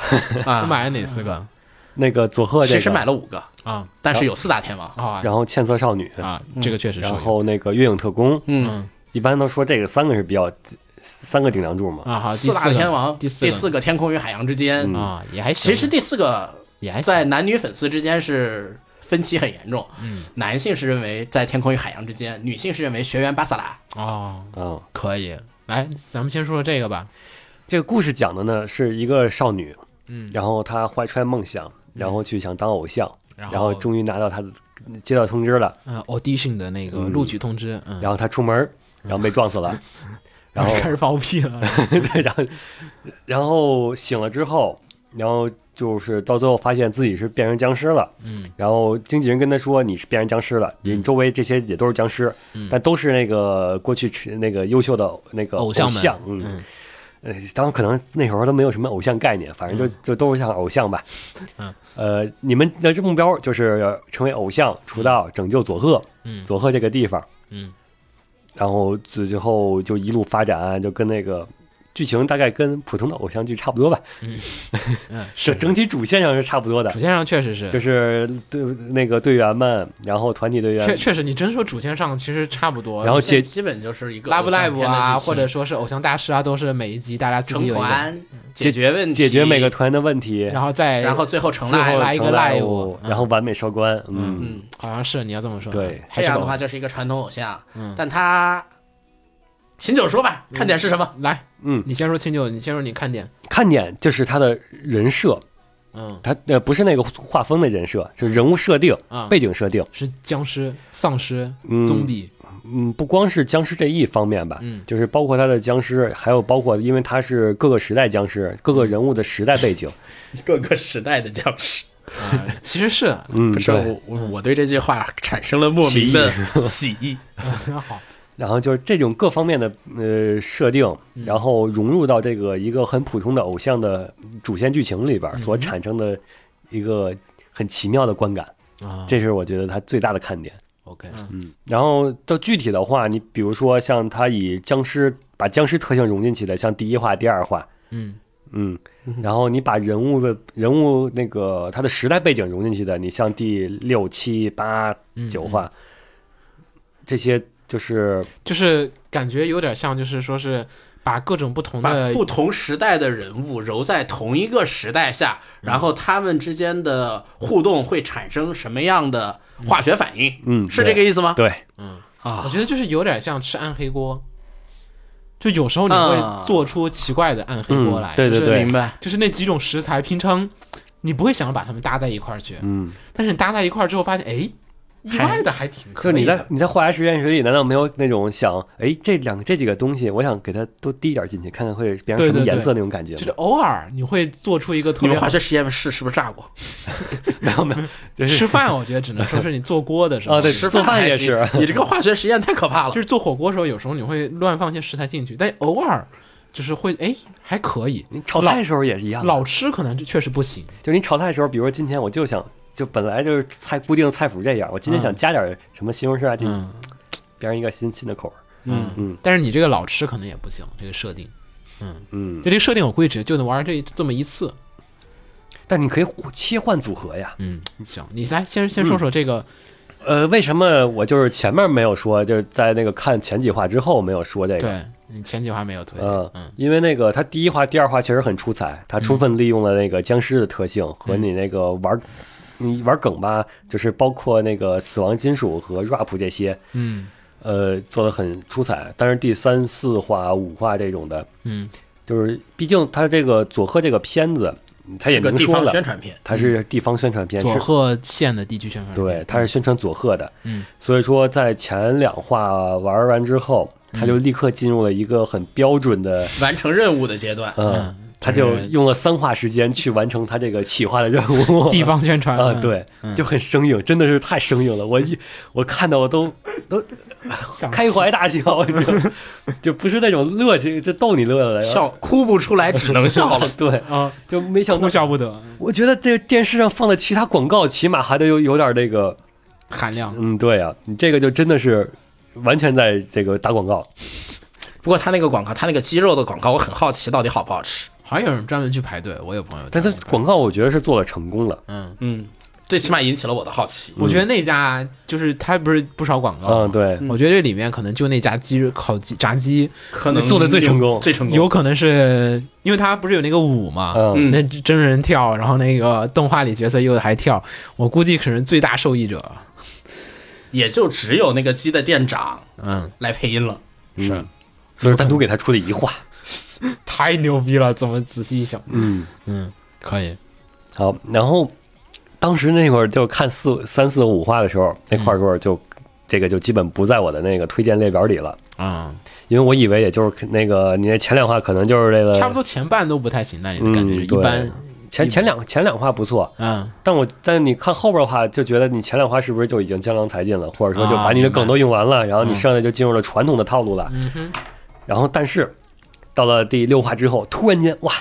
我
啊，
买了哪四个
那个佐贺这
其
个，
实买了五个，
啊？
但是有四大天王。
啊
然后欠色少女，
啊，这个确实是
然
有。
后那个月影特工，
嗯，
一般都说这个三个是比较三个顶梁柱嘛，
啊，好，第
四大
个
天王，
第
第
四个
个天空与海洋之间。
啊，也还行。
其实第四个
也还行
在男女粉丝之间是分歧很严重，男性是认为在天空与海洋之间，女性是认为学员巴萨拉。
哦，
啊，
可以。来，咱们先说说这个吧。
这个故事讲的呢是一个少女，嗯，然后她怀揣梦想，然后去想当偶像，
然后
然后终于拿到她的接到通知了，
嗯，audition 的那个录取通知，嗯，
然后她出门儿，然后被撞死
(laughs)
了，然后
开始放屁了。
对，然后然后醒了之后，然后就是到最后发现自己是变成僵尸了。嗯，然后经纪人跟他说你是变成僵尸了，你周围这些也都是僵尸，但都是那个过去吃那个优秀的那个
偶像们
嗯。呃，当然可能那时候都没有什么偶像概念，反正就就都是像偶像吧。
嗯，
呃，你们的目标就是成为偶像出道，拯救佐贺，
嗯
佐贺这个地方，
嗯，
然后最最后就一路发展，就跟那个剧情大概跟普通的偶像剧差不多吧， (laughs)
嗯，
整整体主线上是差不多的
主，线上确实是，
就是对那个队员们，然后团体队员
确确实，你真说主线上其实差不多。
然后解
基本就是一个
Love Live 啊，或者
是
说是偶像大师啊，都是每一集大家自己
成
有一个，
团解决问题，
解决每个，团的问题，
然后再
然后最后成
最后
live，
来一个
成
live，
live，
嗯
然后完美收官。嗯，
嗯，
好像是你要这么说，
对
还
这
是
样
狗
的话就是一个传统偶像
嗯，
但他秦九说吧，看点是什么？
来，
嗯
你先说清酒，你先说你看点，
看点就是他的人设，
嗯
他呃不是那个画风的人设，就是人物设定、
啊，
背景设定。
是僵尸、丧尸、
嗯
棕比，
嗯，不光是僵尸这一方面吧，
嗯
就是包括他的僵尸，还有包括因为他是各个时代僵尸，各个人物的时代背景。
嗯各个时代的僵尸。
啊，其实
(laughs)
是
嗯，
不是
对。
我，我我对这句话产生了莫名的喜意。
好，
然后就是这种各方面的呃设定，
嗯
然后融入到这个一个很普通的偶像的主线剧情里边儿
嗯
所产生的一个很奇妙的观感，
啊
这是我觉得它最大的看点。
，OK，
嗯，然后到具体的话，你比如说像它以僵尸把僵尸特性融进去的，像第一话、第二话，
嗯
嗯，然后你把人物的人物那个他的时代背景融进去的，你像第六、七、八、
嗯
九
嗯
话，这些就是
就是感觉有点像，就是说是把各种不同
把
的
不同时代的人物揉在同一个时代下，然后他们之间的互动会产生什么样的化学反应？
嗯
是这个
对
意思吗？
对，
我
啊，
觉得就是有点像吃暗黑锅，就有时候你
啊
会做出奇怪的暗黑锅
嗯
来，
对对
就是
对
明白。
就是那几种食材，平常你不会想把它们搭在一块儿去，
嗯。
但是你搭在一块儿之后发现，哎，意外的还挺可
就
以的。
你在你在化学实验室里，难道没有那种想，哎，这两个这几个东西，我想给它都滴一点进去，看看会变成
对
什么
对对
颜色那种感觉
就是
吗？
偶尔你会做出一个特
你
别
们
好
化学实验室是不是炸过？
没有没有，就是
吃 (laughs) 饭，我觉得只能说是你做锅的时候
啊，对，
吃
做饭
还
也是，
行你这个化学实验太可怕了
就。是做火锅的时候，有时候你会乱放一些食材进去，但偶尔就是会哎还可以。
你炒菜的时候也是一样的。
老吃可能就确实不行，
就是你炒菜的时候，比如说今天我就想，就本来就是菜固定菜谱这样，我今天想加点什么西红柿啊，这
嗯
变成一个新新的口味。
嗯
嗯
但是你这个老吃可能也不行，这个设定，
嗯
就，这个设定我估计只就能玩这这么一次，
但你可以互切换组合呀。
嗯，行，你来先先说说这个，
呃，为什么我就是前面没有说，就是在那个看前几话之后没有说这个？
对你前几话没有推，
嗯
嗯，
因为那个他第一话、第二话确实很出彩，他充分利用了那个僵尸的特性和你那个玩。你玩梗吧，就是包括那个死亡金属和 rap 这些，
嗯
呃，做的很出彩。但是第三四话、五话这种的，
嗯
就是毕竟他这个佐贺这个片子，嗯他也
是个
明
地
说
方
了
宣，传片，
他是地方宣传片，
佐
是
贺县的地区宣传片，
嗯
对，他是宣传佐贺的，
嗯，
所以说在前两话玩完之后，他
嗯
就立刻进入了一个很标准的，
完成任务的阶段。
嗯，
嗯，
他就是用了三话时间去完成他这个企划的任务，
地方嗯宣传
(laughs) 啊，，对，就很生硬，真的是太生硬了，我一我看到我都都 (laughs)
想
开怀大笑，你知道吗就不是那种乐趣，就逗你乐的，。
笑哭不出来，只能笑了
(laughs) 对，
啊，
就没想到
哭笑不得，
我觉得这电视上放的其他广告，起码还得有有点那个，
含量，
嗯，对啊，你这个就真的是完全在这个打广告。
(laughs) 不过他那个广告，他那个鸡肉的广告，我很好奇到底好不好吃。
好像有人专门去排队，我有朋友，
但它广告我觉得是做的成功了，
嗯，
嗯，最起码引起了我的好奇。
我觉得那家就是他不是不少广告吗，
嗯，对，
我觉得这里面可能就那家鸡肉烤鸡炸鸡，
可
能做得最成功
最成
有
功。
可能是因为他不是有那个舞嘛，
嗯，
嗯
那真人跳，然后那个动画里角色又还跳，我估计可能最大受益者。
也就只有那个鸡的店长
嗯，
来配音了。
是，嗯所以单独给他出了一话，
太牛逼了！怎么仔细一想，
嗯，
嗯，可以，
好，然后当时那会儿就看四三四五话的时候，那
嗯
块儿给我就这个就基本不在我的那个推荐列表里了，
啊、
因为我以为也就是那个你那前两话可能就是这个
呃差不多前半都不太行，那里的感觉就
嗯
一
对
般，
前前两前两话不错，
嗯，
但我但你看后边的话，就觉得你前两话是不是就已经江郎才尽了，或者说就
啊
把你的
明白
梗都用完了，然后你剩下就进入了传统的套路了。
嗯哼，
然后但是到了第六话之后，突然间哇，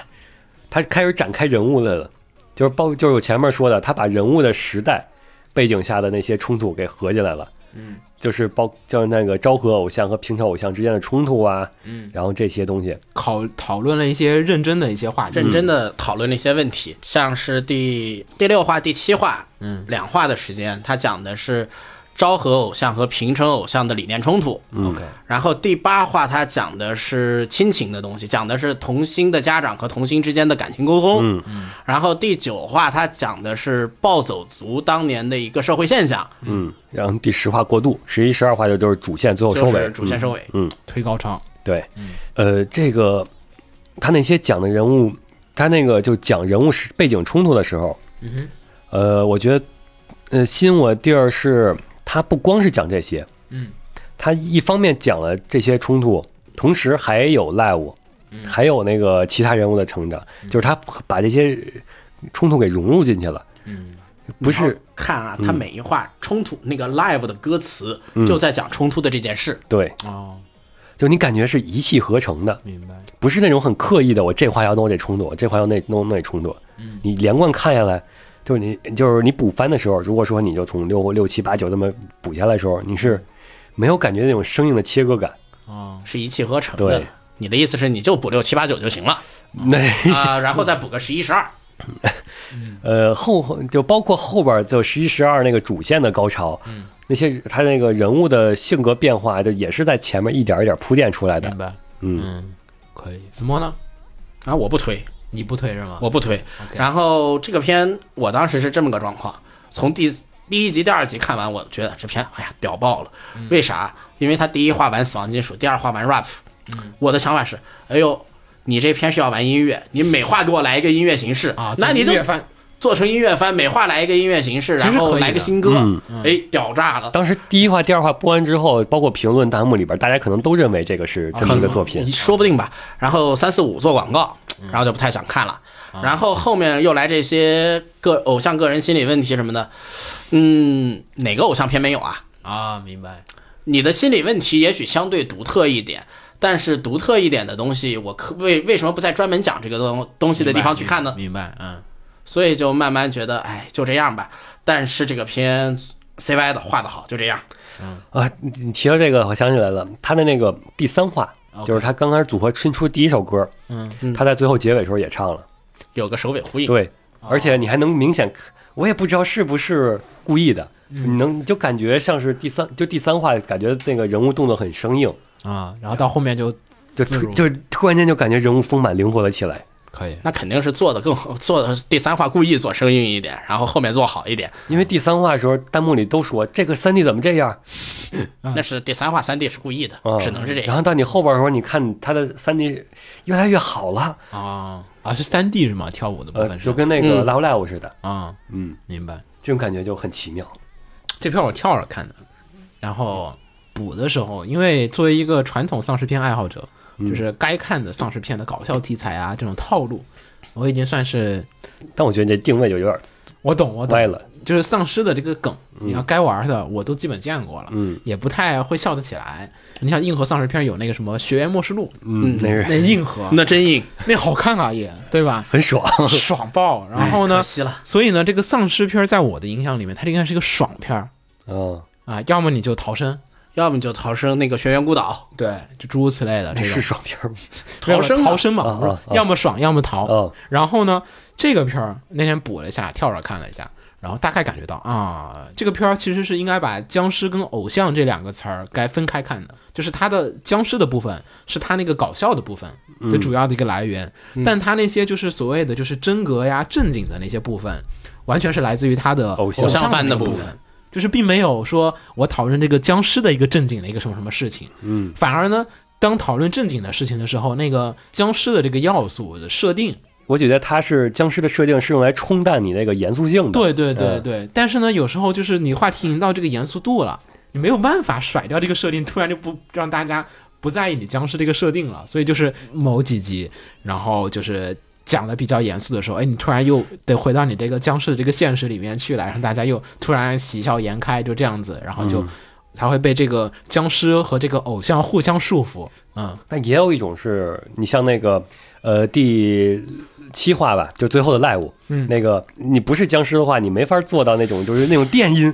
他开始展开人物来了，就是包就是我前面说的，他把人物的时代背景下的那些冲突给合起来了。嗯，就是包就是那个昭和偶像和平成偶像之间的冲突啊，嗯，然后这些东西，
考讨论了一些认真的一些话题，
嗯
认真的讨论了一些问题，像是第第六话、第七话，嗯，两话的时间，他讲的是昭和偶像和平成偶像的理念冲突，嗯，
OK，
然后第八话他讲的是亲情的东西，讲的是童星的家长和童星之间的感情沟通。嗯嗯。然后第九话他讲的是暴走族当年的一个社会现象，
嗯，然后第十话过渡，十一、十二话就就是主线最后收
就
尾，嗯
是主线收尾。嗯
推高超，
对，
嗯
呃，这个他那些讲的人物，他那个就讲人物是背景冲突的时候，
嗯
呃，我觉得，呃，吸引我的地儿是他不光是讲这些，
嗯，
他一方面讲了这些冲突，同时还有赖物，
嗯
还有那个其他人物的成长，就是他把这些冲突给融入进去了，
嗯，
不
然后
是
看啊，他每一话冲突那个 live 的歌词就在讲冲突的这件事。
对，
哦，
就你感觉是一气呵成的，
明白，
不是那种很刻意的，我这话要弄这冲突，我这话要那弄那冲突。你连贯看下来，就是你就是你补番的时候，如果说你就从六六七八九那么补下来的时候，你是没有感觉那种生硬的切割感。
哦，
是一气呵成的
对。
你的意思是你就补六七八九就
(laughs)
行了
那
啊、然后再补个十一十二。
呃后后就包括后边就十一十二那个主线的高潮，那些他那个人物的性格变化，就也是在前面一点一点铺垫出来的
明。白，
嗯，
嗯，可以，子墨呢？
啊，我不推，
你不推是吗？
我不推。
啊
然后这个片我当时是这么个状况，从第第一集、第二集看完，我觉得这片哎呀屌爆了。
嗯
为啥？因为他第一话玩死亡金属，第二话玩 rap。我
嗯
的想法是，哎呦，你这片是要玩音乐，你每话给我来一个音乐形式
啊，
那
这
你就
个月番
做成音乐番，每话来一个音乐形式，
其实
然后
可以
来个
的
新歌
嗯，
哎，屌炸了。
当时第一话、第二话播完之后，包括评论弹幕里边，大家可能都认为这个是这么一个作品。
说不定吧。然后三四五做广告，
嗯
然后就不太想看了。
啊
然后后面又来这些个偶像个人心理问题什么的，嗯，哪个偶像片没有啊？
啊，明白，
你的心理问题也许相对独特一点，但是独特一点的东西，我可为为什么不在专门讲这个东东西的地方去看呢？
明白，嗯，
所以就慢慢觉得，哎，就这样吧。但是这个片 C Y 的画的好，就这样。
啊，你你提到这个，我想起来了，他的那个第三话
OK
就是他刚开始组合新出第一首歌，嗯，他在最后结尾时候也唱了，
有个首尾呼应，
对，而且你还能明显，我也不知道是不是故意的，你能就感觉像是第三，就第三话感觉那个人物动作很生硬，
啊，然后到后面就
就
自如
突就突然间就感觉人物丰满灵活了起来，
可以，
那肯定是做的更好做的第三话故意做生硬一点，然后后面做好一点。
因为第三话的时候弹幕里都说这个三 D 怎么这样，
那是第三话三 D 是故意的，
啊，
只能是这
然
样。
后到你后边的时候，你看他的三 D 越来越好了，
啊啊，是三 D 是吗？跳舞的部
呃，
分是
就跟那个
嗯
Love Live 似的，
啊，
嗯，
明白。
这种感觉就很奇妙。
这片我跳着看的，然后补的时候，因为作为一个传统丧尸片爱好者，就是该看的丧尸片的搞笑题材啊，这种套路，我已经算是
但我觉得你这定位就有点
我懂我懂
歪，了。
就是丧尸的这个梗，你要该玩的我都基本见过了，
嗯，
也不太会笑得起来。你像硬核丧尸片有那个什么《学员末世录》，
嗯，那是？
那硬核，
那真硬，
那好看啊也对吧
很爽。
爽爆！然后呢
可，惜了。
所以呢，这个丧尸片在我的印象里面，它应该是一个爽片儿
(laughs) 嗯，
啊，要么你就逃生，
要么就逃生那个学员孤岛，
对，就诸如此类的这种
那是爽片吗？
没有
逃生嘛
逃生嘛，
啊
不是
啊啊
要么爽，要么逃。
嗯
然后呢，这个片儿那天补了一下，跳着看了一下，然后大概感觉到啊，这个片儿其实是应该把僵尸跟偶像这两个词儿该分开看的，就是它的僵尸的部分是它那个搞笑的部分
嗯
的主要的一个来源，但它那些就是所谓的就是真格呀、正经的那些部分，完全是来自于它的
偶像
像
番的
那个
部
部
分。
就是并没有说我讨论这个僵尸的一个正经的一个什么什么事情，
嗯，
反而呢，当讨论正经的事情的时候，那个僵尸的这个要素的设定，
我觉得它是僵尸的设定是用来冲淡你那个严肃性的。
对对对
嗯
对。但是呢，有时候就是你话题引到这个严肃度了，你没有办法甩掉这个设定，突然就不让大家不在意你僵尸这个设定了。所以就是某几集，然后就是。讲的比较严肃的时候，哎，你突然又得回到你这个僵尸的这个现实里面去了，让大家又突然喜笑颜开，就这样子，然后就才会被这个僵尸和这个偶像互相束缚。嗯，
但也有一种是你像那个呃第七话吧，就最后的 live，嗯，那个你不是僵尸的话，你没法做到那种就是那种电 (laughs) 音，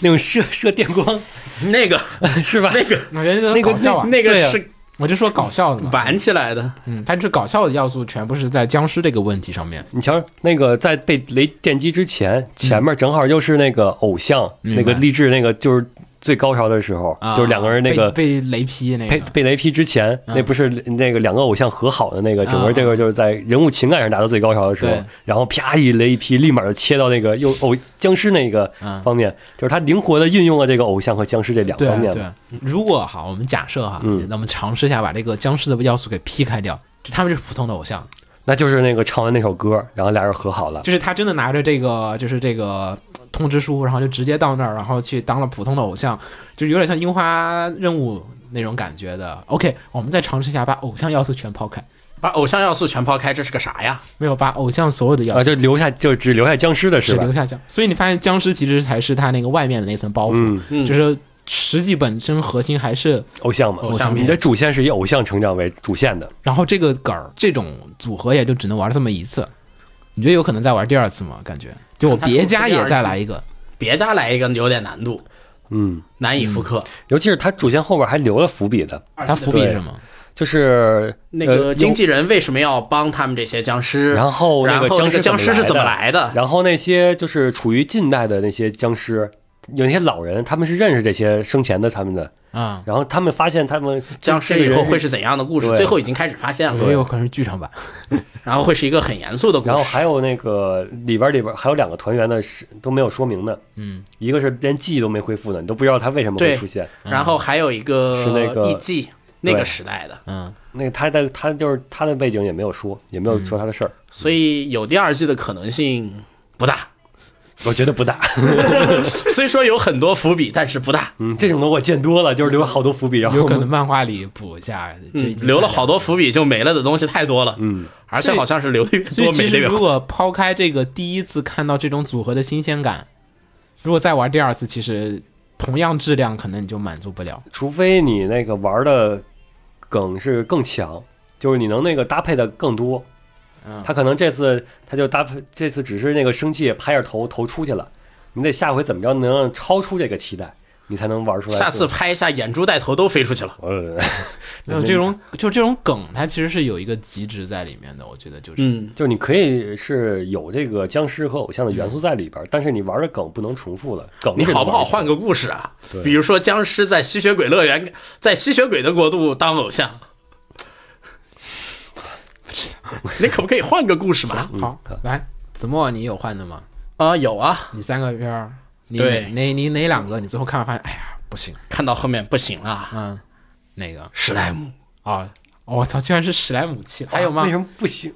那种射射电光，
那 (laughs) 个
(laughs) 是吧？
那
(laughs)
个
我觉得
那个
搞笑啊，
那个
对啊
是
我就说搞笑的嘛。
玩起来的，
嗯，但这搞笑的要素全部是在僵尸这个问题上面。
你瞧，那个在被雷电击之前，前面正好又是那个偶像，
明白
那个励志，那个就是最高潮的时候，
啊、
就是两个人那个
被被雷劈那
被
个，嗯
被雷劈之前，那不是那个两个偶像和好的那个，整
啊
个这个就是在人物情感上达到最高潮的时候
对，
然后啪一雷一劈，立马就切到那个又偶僵尸那个
嗯，
方面，就是他灵活的运用了这个偶像和僵尸这两
对
方
啊
面
对
嘛。
啊。如果哈，我们假设哈，
嗯
那我们尝试一下把这个僵尸的要素给劈开掉，就他们就是普通的偶像，
那就是那个唱完那首歌，然后俩人和好了，
就是他真的拿着这个，就是这个呃通知书，然后就直接到那儿，然后去当了普通的偶像，就是有点像樱花任务那种感觉的。OK，我们再尝试一下把偶像要素全抛开，
把偶像要素全抛开，这是个啥呀？
没有把偶像所有的要
啊，
素
就留下就只留下僵尸的
只
是吧
留？下僵，所以你发现僵尸其实才是他那个外面的那层包袱，
嗯，
嗯
就是实际本身核心还是
偶像嘛，
偶像片
你的主线是以偶像成长为主线的，
然后这个梗儿这种组合也就只能玩这么一次，你觉得有可能再玩第二次吗？感觉就我
看他出
别
不出
家
第
也
二
再
次
来一个，
别家来一个有点难度，
嗯，
难以复刻。
尤其是他主线后边还留了伏笔的，
他伏笔
对
是吗？
就是
那
呃
个
有
经纪人为什么要帮他们这些僵尸？
然后那
然
个
后
僵
这
尸
个僵尸是怎么
来的？
来的？
然后那些就是处于近代的那些僵尸，有那些老人，他们是认识这些生前的他们的，
啊、
然后他们发现他们
僵尸以后会
是，
是怎样的故事？
对
最后已经开始发现
也
了，
有可能是剧场版。
然后会是一个很严肃的故
然后
事。
还有那个里边里边还有两个团员的是都没有说明的，
嗯，
一个是连记忆都没恢复呢，你都不知道他为什么会
对
出现。
嗯
然后还有一
是那个
个艺伎，那个
对
时代的，
嗯，
那个他的他就是他的背景也没有说，也没有说他的事儿，
所以有第二季的可能性不大。 (laughs)
我觉得不大。
虽说有很多伏笔，但是不大。
嗯，这种的我见多了，就是留好多伏笔，然后
有
我
可
们
能漫画里补一下，就已
嗯
经，
留了
删
好多伏笔就没了的东西太多了，
嗯，
而且好像是留的越
所以
多
其
没
实
的越
如
好。
果 (laughs) 抛开这个第一次看到这种组合的新鲜感，如果再玩第二次，其实同样质量可能你就满足不了。
除非你那个玩的梗是更强，就是你能那个搭配的更多。
嗯
他可能这次他就搭配，这次只是那个生气拍着头头出去了，你得下回怎么着能让超出这个期待，你才能 (laughs) 玩出来。
下次拍一下眼珠带头都飞出去了。 (laughs)
呃，
没有这种，就这种梗，它其实是有一个极值在里面的。我觉得就是，
嗯，
就是你可以是有这个僵尸和偶像的元素在里边，但是你玩的梗不能重复了。梗
嗯你
只能
好不
玩一
好
次
换个故事啊
对？
比如说僵尸在吸血鬼乐园，在吸血鬼的国度当偶像， (laughs) 你可不可以换个故事嘛？
好，来，子墨，你有换的吗？
啊，有啊，
你三个片儿，你
对
哪哪你哪两个？你最后看完发现，哎呀，不行，
看到后面不行了，
嗯，哪个
史莱姆
啊？我操，居然是史莱姆七，还有吗
为？什么不
(laughs)
行？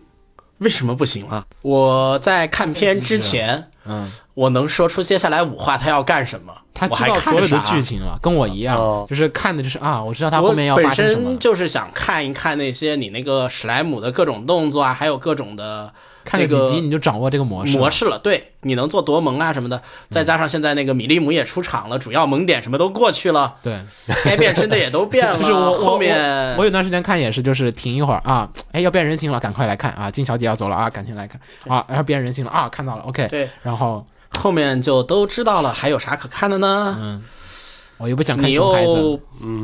为什么不行了？我在看片之前，
嗯，
我能说出接下来五话他要干什么，
他
我
知
还
道
看
所有的
啥
剧情了，跟我一样，
哦
就是看的就是啊，我知道他
我
后面要
本
发生什么
身。就是想看一看那些你那个史莱姆的各种动作啊，还有各种的
看
那
了
个
几集你就掌握这个模式了。啊嗯
模式了。对，你能做夺盟啊什么的，再加上现在那个米利姆也出场了，主要萌点什么都过去了，
对，
该变身的也都变
(laughs)
了。
就是我我
后
我
面
我有段时间看也是，就是停一会儿啊，哎要变人形了，赶快来看啊，金小姐要走了啊，赶紧来看啊，然后变人形了啊，看到了，OK，
对，
然后
后面就都知道了，还有啥可看的呢？
嗯，我又不想看
你
熊孩子，
又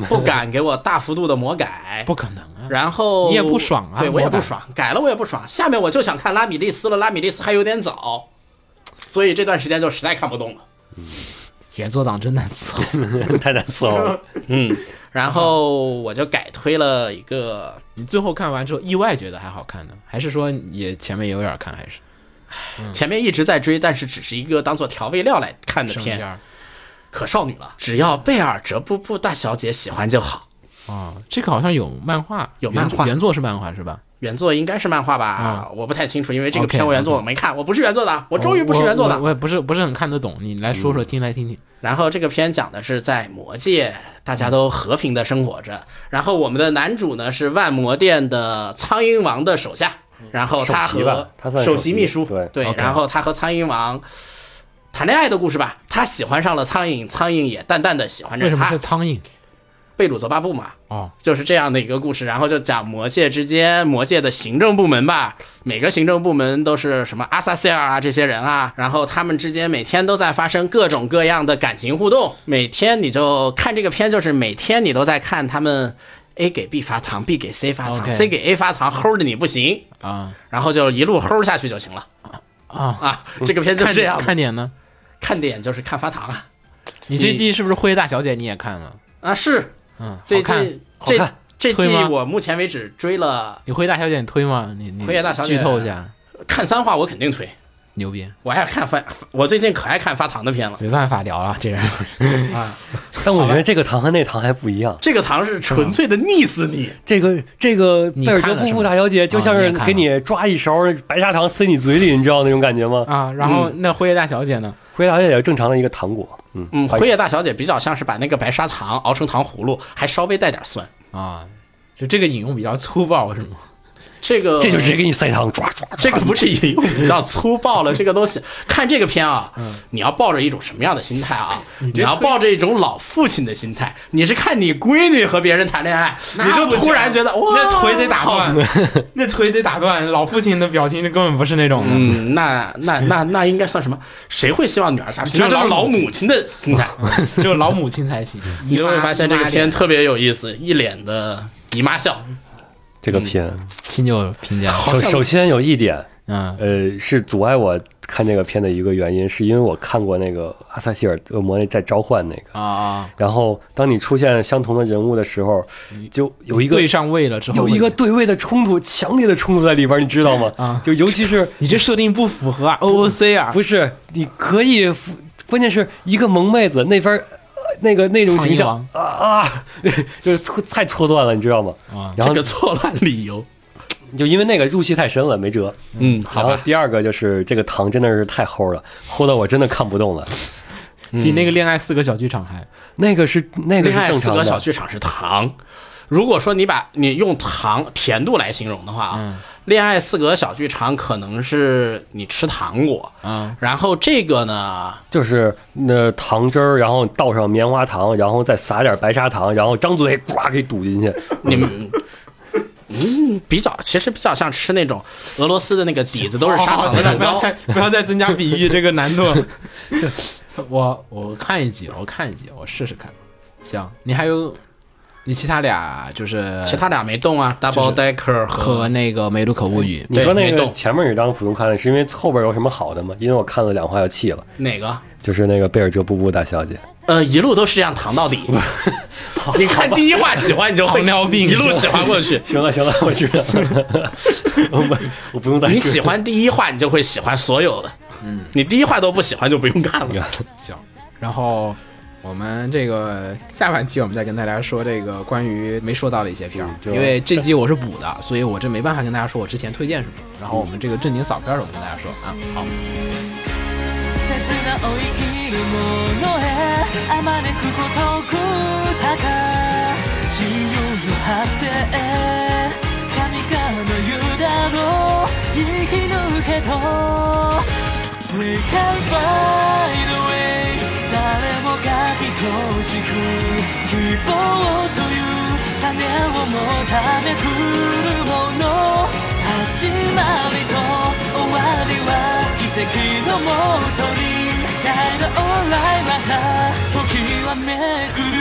不敢给我大幅度的魔改，
不可能啊，
然后
你也不爽啊
对我也
魔改
不爽，改了我也不爽。下面我就想看拉米利斯了，拉米利斯还有点早，所以这段时间就实在看不动了。
原作党真难伺候。
太难伺候
(laughs)
了。
嗯，然后我就改推了一个，
(laughs) 你最后看完之后意外觉得还好看呢，还是说也前面也有点看，还是嗯
前面一直在追，但是只是一个当做调味料来看的
什么
片
片，儿
可少女了。只要贝尔哲布布大小姐喜欢就好。
啊？这个好像有漫画，
有
原
漫画
原作是漫画是吧？
原作应该是漫画吧，
啊
我不太清楚，因为这个
OK，哦
片我原作我没看，我不是原作党，我终于不是原作嗯
我
党
我。我也不是不是很看得懂，你来说说听来听听。
然后这个片讲的是在魔界，大家都和平的生活着。然后我们的男主呢是万魔殿的苍鹰王的手下，然后他
嗯首席吧
和
他算是
首
首席
秘书
对
对，
OK
然后他和苍鹰王谈恋爱的故事吧，他喜欢上了苍蝇，苍蝇也淡淡的喜欢
为
着
什么
他
是。苍蝇？
贝鲁泽巴布嘛，
哦，
就是这样的一个故事，然后就讲魔界之间，魔界的行政部门吧，每个行政部门都是什么阿萨塞尔啊这些人啊，然后他们之间每天都在发生各种各样的感情互动，每天你就看这个片，就是每天你都在看他们 A 给 B 发糖，B 给 C 发糖
OK
c 给 A 发糖齁的你不行，
啊
然后就一路齁下去就行了
啊，
啊，这个片就是这样的，
看点呢？
看点就是看发糖啊
你这季是不是《辉夜大小姐》你也看了？
啊是，
嗯，
这
好看。
这这
看
这
推
季
吗
我目前为止追了
你《辉夜大小姐》你推吗？你你
辉夜大小姐
剧透一下，
看三话，我肯定推。
牛逼，
我爱看发，我最近可爱看发糖的片了。
没办法聊了，这人
但我觉得这个糖和那糖还不一样。
这个糖是纯粹的溺死你，
这个这个
你
贝尔
看
格
了是
瀑布
吗
大小姐就像
啊你
是
也看
给你抓一勺白砂糖塞你嘴里，你知道那种感觉吗？
啊。然后那《辉夜大小姐》呢？
回答也是正常的一个糖果，嗯
嗯，
白
辉夜大小姐比较像是把那个白砂糖熬成糖葫芦，还稍微带点酸。
啊，就这个引用比较粗暴是吗？ (laughs)
这个
这就直接给你塞糖，抓抓抓。
这个不是引用比较粗暴了，这个东西看这个片啊，你要抱着一种什么样的心态啊？你要抱着一种老父亲的心态，你是看你闺女和别人谈恋爱，
那
你就
不行
突然觉得哇，
那腿得打
好
断，
(laughs)
那腿得打断。老父亲的表情就根本不是那种的。
嗯，那那那那应该算什么？谁会希望女儿嫁出去？
觉得这
那是
是
老
母亲
母亲的心态。
只有老母亲才行。
你就会发现这个
姨妈
片
脸
特别有意思，一脸的姨妈笑。
这个片，
亲就评价，
首首先有一点，
嗯，
呃，是阻碍我看这个片的一个原因，是因为我看过那个阿萨希尔恶魔那在召唤那个，
啊啊，
然后当你出现相同的人物的时候，就有一个
嗯对上位了之后，
有一个对位的冲突，强烈的冲突在里边儿，你知道吗？
啊
就尤其是
你这设定不符合啊，OOC 啊，
不是，你可以服，关键是一个萌妹子那边儿、呃那个那种形象
苍
啊啊， (laughs) 就是搓太搓断了，你知道吗？
啊
然后
这个错乱理由，
就因为那个入戏太深了，没辙。
嗯，好
然后
吧，
第二个就是这个糖真的是太齁了，齁到我真的看不动了。
比那个恋爱四个小剧场还
那个是那个
恋
是
爱
正
四
常
个小
的，
剧场是糖。如果说你把你用糖甜度来形容的话啊，恋爱四格小剧场可能是你吃糖果，
啊，
然后这个呢，
就是那糖汁儿，然后倒上棉花糖，然后再撒点白砂糖，然后张嘴呱给堵
(laughs)
进去。
你们。嗯，比较其实比较像吃那种俄罗斯的那个底
(laughs)
子都是砂
好好好
糖的
行了
蛋
不要
糕，
哦
再不要再增加比喻这个难度了。
(laughs) 我我看一集，我看一集，我试试看。行，你还有你其他俩就是
其他俩没动啊，double decker
和那个《梅鲁可物语》
你说那
没
个
动
前面你当普通看的是因为后边有什么好的吗？因为我看了两话要弃了，
哪个？
就是那个贝尔哲布布大小姐。。
呃，一路都是这样糖
(laughs)
到底。你看第一话喜欢你就会
糖尿病
一路喜欢
(laughs)
过去 (laughs)
行了行了，我知道，我不我不用再
哎
你
说 (laughs)
喜欢第一话，你就会喜欢所有的。嗯，你第一话都不喜欢就不用看了。
行，然后我们这个下半期我们再跟大家说这个关于没说到的一些片儿，
就
因为这集我是补的，所以我这没办法跟大家说我之前推荐什么。然后我们这个正经扫片儿的我跟大家说啊，好。
切な追い切るものへあまねくごとくたか自由の果てへ神からの湯だろう生き抜けと We can find a way 誰もが等しく希望という種をもためくるもの始まりと終わりは奇跡のもとに大の往来また時はめくる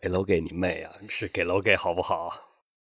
给楼给你妹啊，是给楼给好不好？